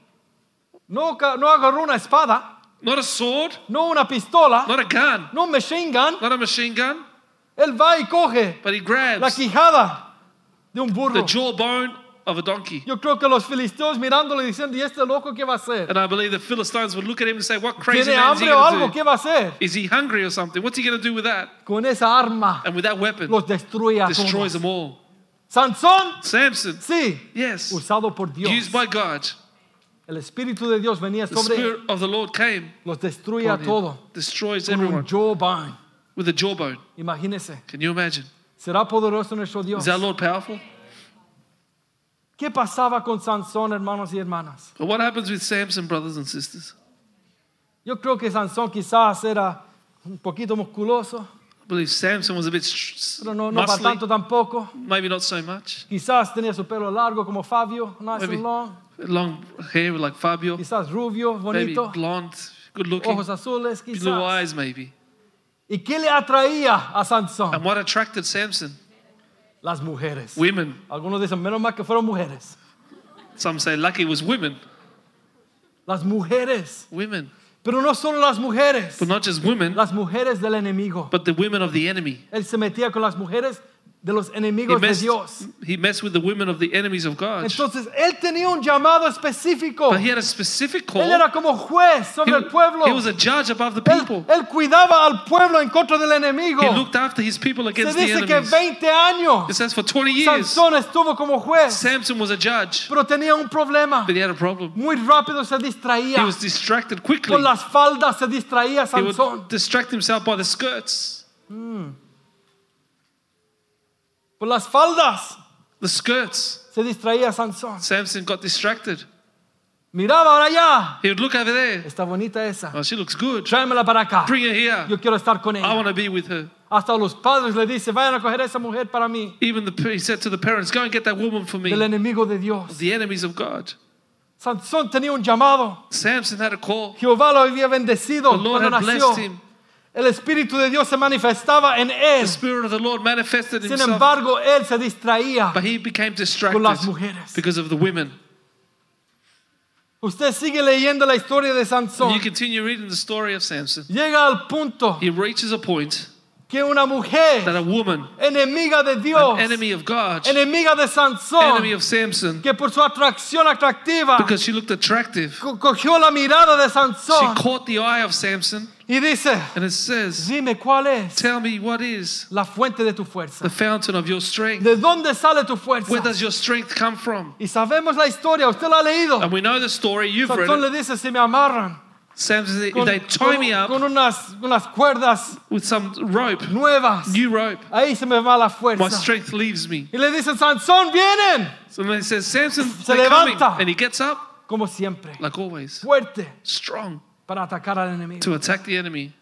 A: No, ca- no agarró una espada,
B: Not a sword,
A: no una pistola,
B: not a gun,
A: no un machine gun.
B: not a machine gun,
A: Él va y coge
B: but he
A: la
B: grabs
A: quijada de un
B: the
A: burro.
B: jawbone of a donkey.
A: Yo creo que los filisteos mirándolo y diciendo, ¿y este loco qué va a hacer?
B: And I believe the Philistines would look at him and say, What crazy
A: ¿Tiene
B: man is he
A: hambre o
B: going
A: algo?
B: to do?
A: ¿Qué va a hacer?
B: Is he hungry or something? What's he going to do with that?
A: Con esa arma
B: And with that weapon,
A: los destruye a todos.
B: destroys them all.
A: Sansón,
B: Samson,
A: sí,
B: yes,
A: usado por Dios.
B: used by God,
A: El Espíritu de Dios venía
B: the
A: sobre él,
B: Spirit of the Lord came,
A: los destruye a
B: upon him,
A: todos.
B: destroys
A: Con un
B: everyone
A: jawbone.
B: with a jawbone.
A: Imagínese,
B: Can you imagine?
A: será poderoso nuestro Dios.
B: Is our Lord powerful?
A: ¿Qué pasaba con Sansón, hermanos y hermanas?
B: But what happens with Samson, brothers and sisters?
A: Yo creo que Sansón quizás era un poquito musculoso,
B: I believe Samson was a bit s-
A: pero no, no para
B: muscly,
A: tanto tampoco.
B: maybe not so much.
A: Quizás tenía su pelo largo como Fabio, nice
B: Maybe
A: and long.
B: long hair like Fabio,
A: Quizás rubio,
B: maybe
A: bonito,
B: blonde, good looking,
A: ojos azules,
B: blue
A: quizás.
B: eyes maybe.
A: ¿Y qué le atraía a
B: And
A: Sansón?
B: what attracted Samson?
A: Las mujeres.
B: Women.
A: Algunos dicen, menos mal que fueron mujeres.
B: Some say lucky it was women.
A: Las mujeres.
B: Women.
A: Pero no solo las mujeres,
B: But not just women,
A: las mujeres del enemigo.
B: but the women of the enemy.
A: Él se metía con las mujeres de los
B: He
A: enemigos de
B: messed,
A: Dios.
B: he messed with the women of the enemies of God.
A: Entonces él tenía un llamado específico.
B: But he had a specific call.
A: Él era como juez
B: He,
A: sobre el pueblo.
B: he was a judge above the
A: Él,
B: people.
A: él cuidaba al pueblo en contra del enemigo.
B: He looked after his people
A: Se
B: against the
A: dice que
B: enemies.
A: 20
B: It
A: años
B: says for 20 years,
A: Sansón estuvo como juez,
B: Samson was a judge,
A: pero tenía un problema.
B: but he had a problem.
A: Muy rápido se
B: He
A: distraía.
B: was distracted quickly.
A: Con las faldas se distraía
B: He would
A: Sansón.
B: distract himself by the skirts.
A: Con las faldas
B: The skirts.
A: se distraía Sansón.
B: Samson got distracted.
A: Miraba ahora allá.
B: He would look over there.
A: Está bonita esa.
B: Oh, she looks good.
A: Tráemela para acá.
B: Bring her here.
A: Yo quiero estar con
B: I
A: ella.
B: want to be with her.
A: Hasta los padres le dicen, vayan a coger a esa mujer para mí.
B: Even the, he said to the parents, Go and get that woman for
A: Del
B: me.
A: enemigo de Dios.
B: The enemies of God.
A: Sansón tenía un llamado.
B: Samson had a call.
A: Jehová lo había bendecido
B: The Lord
A: cuando
B: had
A: nació.
B: blessed him.
A: El Espíritu de Dios se manifestaba en
B: The
A: él.
B: Spirit of the Lord manifested
A: Sin
B: himself.
A: embargo, él se distraía.
B: But he became
A: Con las
B: distracted
A: mujeres.
B: because of the women.
A: Usted sigue leyendo la historia de
B: And you
A: Sansón.
B: continue reading the story of Samson.
A: Llega al punto
B: He reaches a point
A: que una mujer
B: that a woman,
A: enemiga de Dios,
B: an enemy of God,
A: enemiga de Sansón,
B: enemy of Samson,
A: que por su atracción atractiva
B: because she looked attractive,
A: co- cogió la mirada de
B: she
A: Sansón
B: caught the eye of Samson
A: y dice,
B: and it says,
A: dime cuál es
B: Tell me what is
A: la fuente de tu fuerza.
B: the fountain of your strength?
A: ¿De dónde sale tu
B: Where
A: fuerza?
B: does your strength come from?
A: Y sabemos la historia, usted la ha leído.
B: And we know the story, you've read
A: Sansón le
B: it.
A: dice, si me amarran
B: Samson, if
A: con,
B: they tie
A: con-
B: me up
A: con unas, unas cuerdas
B: with some rope,
A: nuevas,
B: new rope,
A: ahí se me va la
B: my
A: fuerza.
B: strength leaves me.
A: Y le dicen, Sansón, vienen,
B: So then it says, Samson,
A: Se
B: they're coming.
A: levanta.
B: And he gets up,
A: como siempre,
B: like always,
A: fuerte
B: strong
A: para atacar al enemigo.
B: to attack the enemy.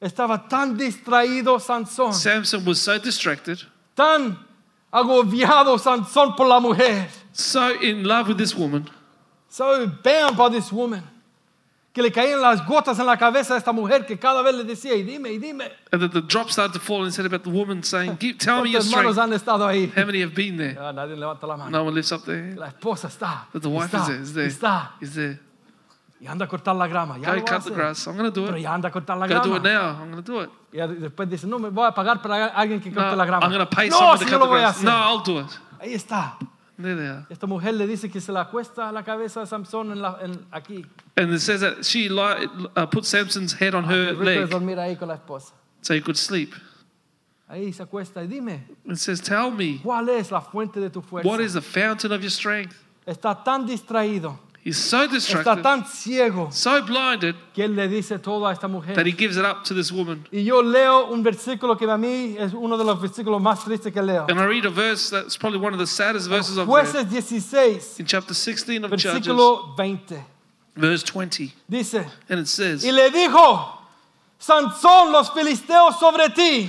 A: Estaba tan distraído Sansón,
B: Samson was so distracted,
A: tan agobiado Sansón por la mujer.
B: so in love with this woman,
A: So bam by this woman. Que le caían las gotas en la cabeza a esta mujer que cada vez le decía, y dime, y dime.
B: And that the drops started to fall and it said about the woman saying, Give, tell me your
A: ¿Cuántos hermanos
B: strength.
A: han estado ahí?
B: How many have been there?
A: Ah, nadie levanta la mano.
B: No one lifts up their hand.
A: La esposa está.
B: But the wife
A: está,
B: is there, is there,
A: está.
B: is there.
A: y anda a cortar la grama. Ya
B: Go
A: lo voy a
B: cut the
A: hacer.
B: grass. I'm going to do
A: Pero
B: it.
A: ya anda a cortar la
B: Go do
A: grama.
B: it now. I'm going to do it.
A: Y ya de- después dice, no, me voy a pagar para alguien que corte
B: No,
A: la grama.
B: I'm going to pay
A: no,
B: someone
A: si
B: to
A: yo
B: cut
A: lo
B: the
A: voy a
B: grass.
A: hacer.
B: No, I'll do it.
A: Ahí está.
B: There they are.
A: Esta mujer le dice que se la acuesta la cabeza a Samson en la- en- aquí.
B: And it says that she li- uh, put Samson's head on her
A: El rico es
B: leg
A: dormir ahí con la esposa.
B: so he could sleep.
A: Ahí se acuesta y dime,
B: It says, Tell me,
A: ¿cuál es la fuente de tu fuerza?
B: what is the fountain of your strength?
A: Está tan distraído,
B: He's so
A: está
B: distracted,
A: tan ciego,
B: so blinded,
A: que él le dice todo a esta
B: that he
A: mujer.
B: gives it up to this woman.
A: Y yo leo un versículo que a mí es uno de los versículos más tristes que leo.
B: And I read a verse that's probably one of the saddest verses I've read
A: Jueces 16,
B: in chapter 16 of Judges,
A: versículo 20.
B: verse 20.
A: Dice,
B: And it says,
A: y le dijo, Sansón, los filisteos sobre ti.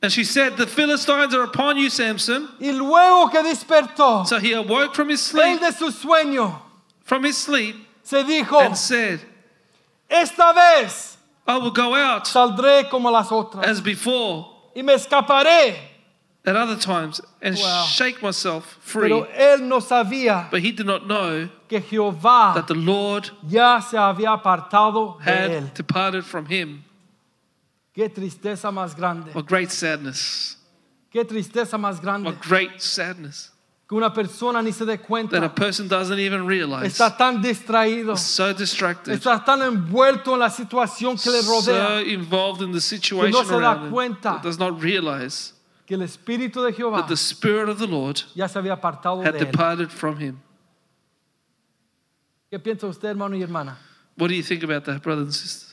B: And she said, The Philistines are upon you, Samson.
A: Y luego que despertó,
B: So he awoke from his
A: él
B: sleep,
A: de su sueño,
B: from his sleep,
A: se dijo,
B: and said,
A: esta vez
B: I will go out
A: saldré como las otras
B: as before
A: y me escaparé.
B: at other times and
A: Wow.
B: shake myself free.
A: Pero él no sabía
B: But he did not know
A: que Jehová
B: that the Lord
A: ya se había apartado de él.
B: had departed from him.
A: Qué tristeza más grande.
B: What great sadness.
A: Qué tristeza más grande
B: What great sadness.
A: que una persona ni se dé
B: That a
A: cuenta.
B: person doesn't even realize.
A: Está tan distraído,
B: So distracted.
A: está tan envuelto en la situación que le rodea
B: So involved in the situation
A: se da
B: around him
A: cuenta. Ah.
B: that does not realize
A: que el espíritu de Jehová
B: that the Spirit of the Lord
A: ya se había apartado de
B: had
A: él.
B: departed from him.
A: ¿Qué piensa usted, hermano y hermana?
B: What do you think about that, brothers and sisters?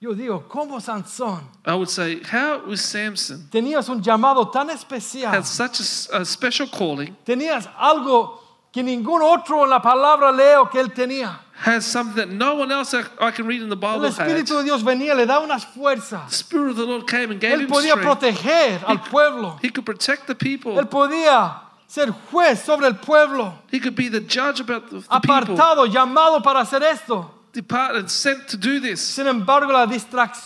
A: Yo digo, ¿cómo Sansón
B: I would say, how was Samson
A: tenías un llamado tan especial?
B: had such a s- a, special calling,
A: Tenías algo que ningún otro en la palabra leo que él tenía.
B: has something that no one else I, I can read in the
A: El
B: Bible had.
A: espíritu de Dios venía, le daba unas
B: The
A: fuerzas.
B: Spirit of the Lord came and gave
A: Él
B: him
A: podía
B: strength.
A: proteger al pueblo.
B: He could protect the people.
A: Él podía ser juez sobre el pueblo,
B: He could be the judge about the, the people.
A: apartado, llamado para hacer esto.
B: Departed, sent to do this.
A: Sin embargo, las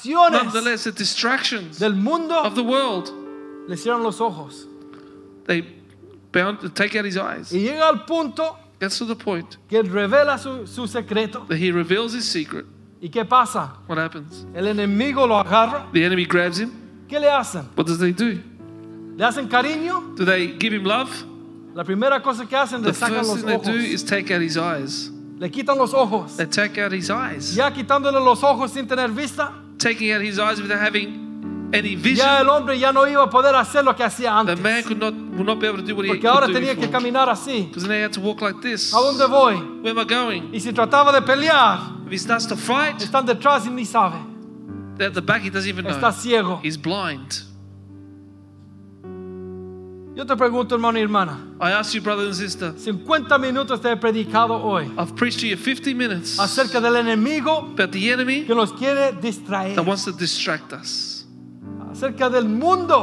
A: distracciones
B: Nonetheless, the distractions
A: del
B: of
A: mundo
B: the world,
A: le cierran los ojos.
B: they bound to take out his eyes.
A: Y llega al punto
B: Gets to the point
A: que él revela su, su secreto.
B: that he reveals his secret.
A: ¿Y qué pasa?
B: What happens?
A: El enemigo lo agarra.
B: The enemy grabs him.
A: ¿Qué le hacen?
B: What does they do?
A: ¿Le hacen cariño?
B: Do they give him love?
A: La primera cosa que hacen,
B: The
A: le sacan
B: first
A: los
B: thing they
A: ojos.
B: do is take out his eyes.
A: Le quitan los ojos.
B: They take out his eyes.
A: Ya quitándole los ojos sin tener vista,
B: Taking out his eyes without having any vision.
A: ya el hombre ya no iba a poder hacer lo que hacía
B: The
A: antes.
B: man could not, will not be able to do what he
A: Porque ahora
B: could do
A: tenía que caminar así.
B: Because now he had to walk like this.
A: ¿A dónde voy?
B: Where am I going?
A: Y si trataba de pelear,
B: If he starts to fight,
A: están detrás y ni sabe.
B: at the back he doesn't even
A: Está
B: know.
A: ciego.
B: He's blind.
A: Yo te pregunto, hermano y hermana,
B: I ask you, brother and sister,
A: 50 minutos te he predicado hoy
B: I've preached to you 50 minutes
A: acerca del enemigo
B: about the enemy
A: que nos quiere distraer,
B: that wants to distract us,
A: acerca del mundo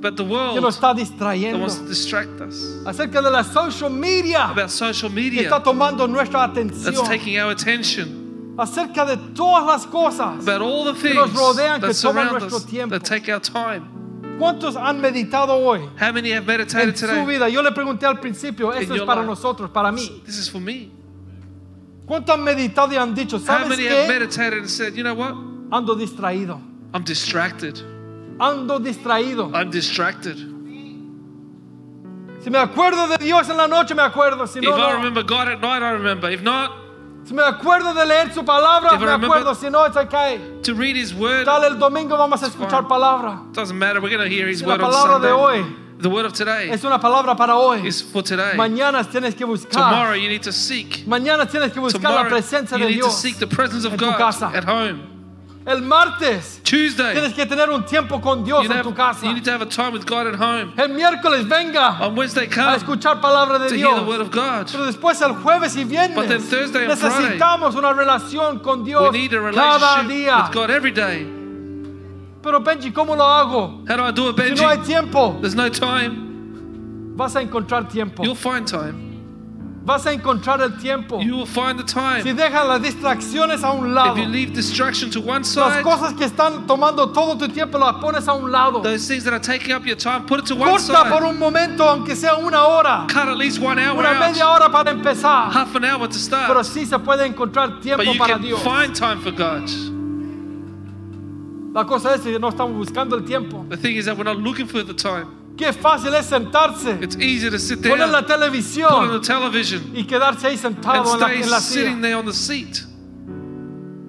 B: about the
A: que nos
B: world
A: está
B: that
A: distrayendo,
B: wants to distract us,
A: acerca de la social media
B: about social
A: que está
B: media
A: tomando nuestra
B: that's
A: atención,
B: taking our attention,
A: acerca de todas las cosas.
B: about all the things
A: nos rodean, que toman
B: that surround
A: nuestro
B: us,
A: tiempo.
B: that take our time.
A: ¿Cuántos han meditado hoy
B: How many have meditated
A: en su
B: today?
A: vida? Yo le pregunté al principio, esto es
B: your
A: para
B: life.
A: nosotros, para mí.
B: This is for me.
A: ¿Cuántos han meditado y han dicho,
B: How
A: sabes
B: many have
A: qué?
B: meditated and said, you know what?
A: Ando distraído,
B: I'm distracted.
A: ando distraído.
B: I'm distracted.
A: Si me acuerdo de Dios en la noche, me acuerdo. Si
B: If
A: no,
B: I
A: no.
B: remember God at night, I remember. If not,
A: Si me acuerdo de leer su palabra,
B: If I
A: me
B: remember-
A: acuerdo. Si no, es ok.
B: to read His Word
A: Tal el domingo vamos a escuchar
B: fine.
A: palabra.
B: doesn't matter. We're going to hear His
A: Si la
B: Word on
A: palabra de
B: Sunday.
A: hoy
B: The Word of today
A: es una palabra para hoy.
B: is for today.
A: Mañana tienes que
B: Tomorrow
A: buscar.
B: you need to seek.
A: Mañana tienes que buscar la
B: Tomorrow
A: presencia
B: you
A: de
B: need to
A: Dios.
B: seek the presence of
A: en tu
B: God
A: casa.
B: at home.
A: El martes
B: Tuesday
A: tienes que tener un tiempo con Dios
B: you,
A: en
B: have-
A: tu casa.
B: you need to have a time with God at home.
A: El miércoles venga
B: On Wednesday
A: a
B: come
A: escuchar palabra de
B: to hear the Word
A: Dios.
B: of God.
A: Pero después el jueves y
B: But
A: viernes
B: then Thursday and Friday,
A: necesitamos una relación con
B: We
A: Dios
B: need a
A: cada
B: relationship
A: día.
B: with God every day.
A: Pero Benji, ¿cómo lo hago?
B: How do I do it,
A: Si no hay
B: Benji?
A: tiempo,
B: There's no time.
A: vas a encontrar tiempo.
B: You'll find time.
A: Vas a encontrar el tiempo.
B: You will find the
A: Si
B: time.
A: dejas las distracciones a un lado,
B: If you leave distraction to one
A: las
B: side,
A: cosas que están tomando todo tu tiempo las pones a un lado.
B: those things that are taking up your time, put it to one
A: Corta por
B: side.
A: un momento, aunque sea una hora,
B: Cut at least one hour
A: una media
B: out,
A: hora para empezar.
B: half an hour to
A: Pero
B: start.
A: sí se puede encontrar
B: But
A: tiempo
B: you
A: para
B: can
A: Dios.
B: find time for God.
A: La cosa es que no estamos buscando el tiempo.
B: The thing is that we're not looking for the time.
A: Qué fácil es sentarse,
B: It's easy to sit
A: poner la
B: down, put on the
A: televisión
B: television,
A: y quedarse ahí
B: and
A: sentado en la,
B: stay
A: en la
B: sitting
A: silla.
B: there on the seat.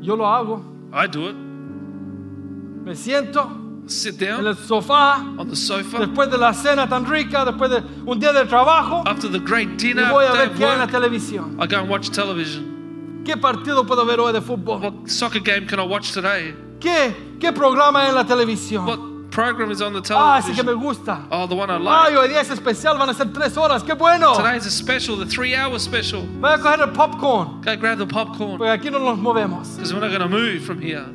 A: Yo lo hago.
B: I do it.
A: Me siento
B: Sit
A: en
B: down
A: el sofá
B: on the sofa
A: después de la cena tan rica, después de un día de trabajo
B: after the great
A: y
B: dinner.
A: voy a
B: day
A: ver
B: of
A: qué hay en la
B: work,
A: televisión.
B: I go and watch television.
A: ¿Qué partido puedo ver hoy de fútbol?
B: What soccer game can I watch today?
A: ¿Qué, qué programa hay en la televisión?
B: What program is on the
A: Ah, ese que me
B: television?
A: gusta. Ah,
B: Oh, the one I
A: Ay,
B: like.
A: hoy día es especial, van a ser tres horas. ¡Qué bueno!
B: Today's a special, the three-hour special.
A: Voy a coger el popcorn,
B: Go grab the popcorn
A: porque aquí no nos movemos.
B: because we're not going to move from here.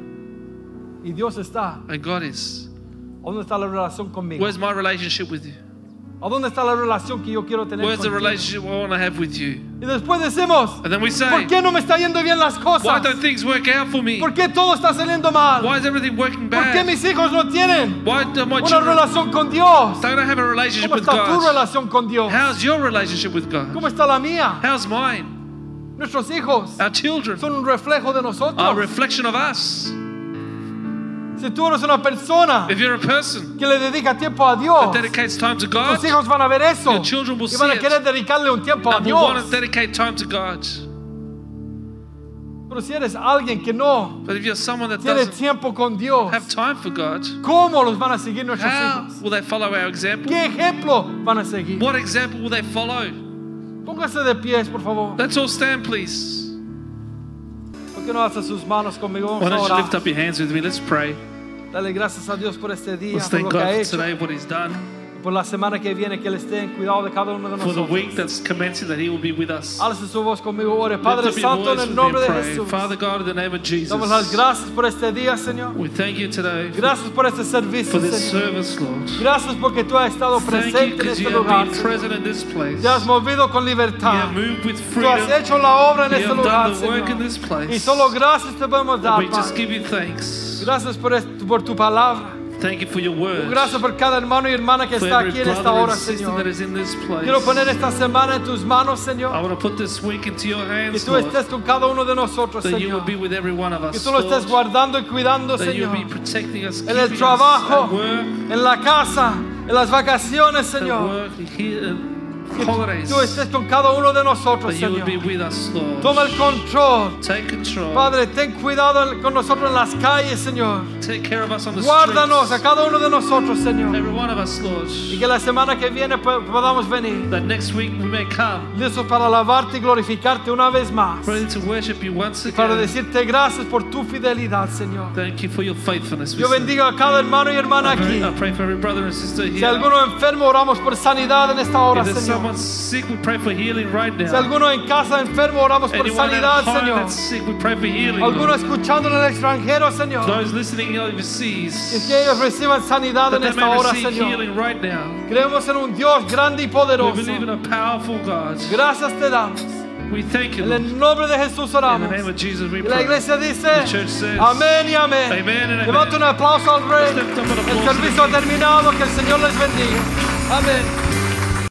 A: Y Dios está.
B: And God is.
A: ¿A dónde está la relación conmigo?
B: Where's my relationship with you?
A: ¿A dónde está la relación que yo quiero tener
B: Where's the
A: contigo?
B: relationship I want to have with you?
A: Y después decimos,
B: And then we say,
A: ¿por qué no me está yendo bien las
B: Why
A: cosas?
B: don't things work out for me?
A: ¿Por qué todo está saliendo mal?
B: Why is everything working
A: ¿Por qué
B: bad?
A: mis hijos no tienen
B: Why do my
A: una
B: children
A: relación con Dios?
B: don't I have a relationship
A: ¿Cómo
B: with
A: está tu
B: God?
A: relación con Dios?
B: How's your relationship with God?
A: ¿Cómo está la mía?
B: How's mine?
A: Nuestros hijos
B: Our children
A: son un reflejo de
B: are a
A: nosotros.
B: reflection of us.
A: Si tú eres una persona
B: If you're a person
A: que le dedica tiempo a
B: that
A: Dios,
B: dedicates time to God
A: tus Oh. hijos van a ver eso
B: Your children will
A: y van a
B: see it.
A: querer dedicarle un tiempo a
B: and will want to
A: Dios.
B: dedicate time to God,
A: Pero si eres alguien que no
B: but if you're someone that
A: tiene
B: doesn't
A: tiempo con Dios,
B: have time for God,
A: ¿cómo los van a seguir nuestros
B: How
A: hijos?
B: will they follow our example?
A: ¿Qué ejemplo van a seguir?
B: What example will they follow?
A: Póngase de pies, por favor.
B: Let's all stand, please.
A: ¿Por qué no alza sus manos conmigo?
B: Why
A: Vamos a
B: don't you lift
A: orar.
B: up your hands with me? Let's pray.
A: Dale gracias a Dios por este día,
B: Let's
A: por
B: thank
A: lo que ha
B: God for
A: hecho,
B: today, what He's done,
A: por la semana que viene, que Él esté en cuidado de cada uno de
B: for the
A: nosotros.
B: week that's commencing, that He will be with us.
A: Alce su voz conmigo, ore.
B: Lift
A: Padre
B: up your
A: Santo, en
B: voice
A: el
B: with me and
A: nombre de
B: pray.
A: Jesús.
B: Father God, in the name of
A: Damos las
B: Jesus,
A: gracias por este día, Señor.
B: we thank you today
A: Gracias por este
B: for
A: servicio,
B: this
A: Señor.
B: service, Lord.
A: Gracias porque tú has estado
B: Thank you
A: presente en
B: because
A: este
B: you have
A: lugar.
B: been
A: Señor.
B: present in this place.
A: Te has
B: You
A: movido con libertad.
B: have moved with
A: Tú has
B: freedom.
A: hecho la obra en
B: You
A: este
B: have done
A: lugar,
B: the work in
A: Señor.
B: this
A: Y
B: place.
A: solo gracias te podemos
B: We
A: dar,
B: just
A: Padre.
B: give you thanks.
A: Gracias por, est- por tu palabra.
B: Thank you for your word.
A: Gracias por cada hermano y hermana que
B: for
A: está
B: every
A: aquí en esta
B: brother
A: hora,
B: and sister that
A: Señor.
B: is in this place.
A: Quiero poner esta semana en tus manos,
B: I
A: Señor.
B: want to put this week into your
A: Que
B: hands,
A: tú
B: Lord,
A: estés con cada uno de nosotros,
B: that you will
A: Señor.
B: be with every one of
A: Que
B: us,
A: tú lo estés
B: Lord,
A: guardando y cuidando,
B: that you'll
A: Señor.
B: be protecting us,
A: En el
B: keeping us
A: trabajo,
B: at work,
A: en la casa, en las vacaciones,
B: at
A: Señor.
B: work, here, and
A: Que
B: holidays,
A: tú estés con cada uno de nosotros,
B: that you will
A: Señor.
B: be with us, Lord.
A: Toma el control.
B: Take control.
A: Padre, ten cuidado en- con nosotros en las calles, Señor.
B: Take care of us on the
A: Guárdanos a
B: streets,
A: cada uno de nosotros, Señor.
B: every one of us, Lord,
A: Y que la semana que viene pod- podamos venir
B: that next week we may come
A: listos para alabarte y glorificarte una vez más.
B: ready to worship you once
A: Para
B: again.
A: decirte gracias por tu fidelidad, Señor.
B: Thank you for your faithfulness. we
A: Yo
B: say.
A: bendiga a cada hermano y hermana
B: I pray,
A: aquí.
B: I pray for every brother and sister here.
A: Si alguno enfermo, oramos por sanidad en esta hora,
B: If there's
A: Señor.
B: someone sick, we pray for healing right now.
A: Si alguno en casa enfermo, oramos por
B: Anyone at
A: sanidad,
B: home
A: Señor.
B: that's sick, we pray for healing.
A: Alguno
B: Lord.
A: escuchando en el extranjero, Señor.
B: Those listening
A: Y
B: overseas,
A: que ellos reciban sanidad
B: that
A: en
B: they
A: esta
B: may
A: hora,
B: receive
A: Señor.
B: healing right now.
A: Creemos en un Dios grande y
B: We
A: poderoso.
B: believe in a powerful God.
A: Gracias te damos.
B: We thank you,
A: En
B: Lord.
A: el nombre de Jesús
B: In
A: oramos.
B: the name of Jesus, we
A: Y la
B: pray.
A: iglesia
B: The church
A: dice,
B: says,
A: amén y amén.
B: Amen and
A: Levanta
B: amen.
A: un aplauso al rey.
B: Let's lift up an
A: El
B: applause to the
A: servicio ha
B: King.
A: terminado. Que el Señor les bendiga. Amén.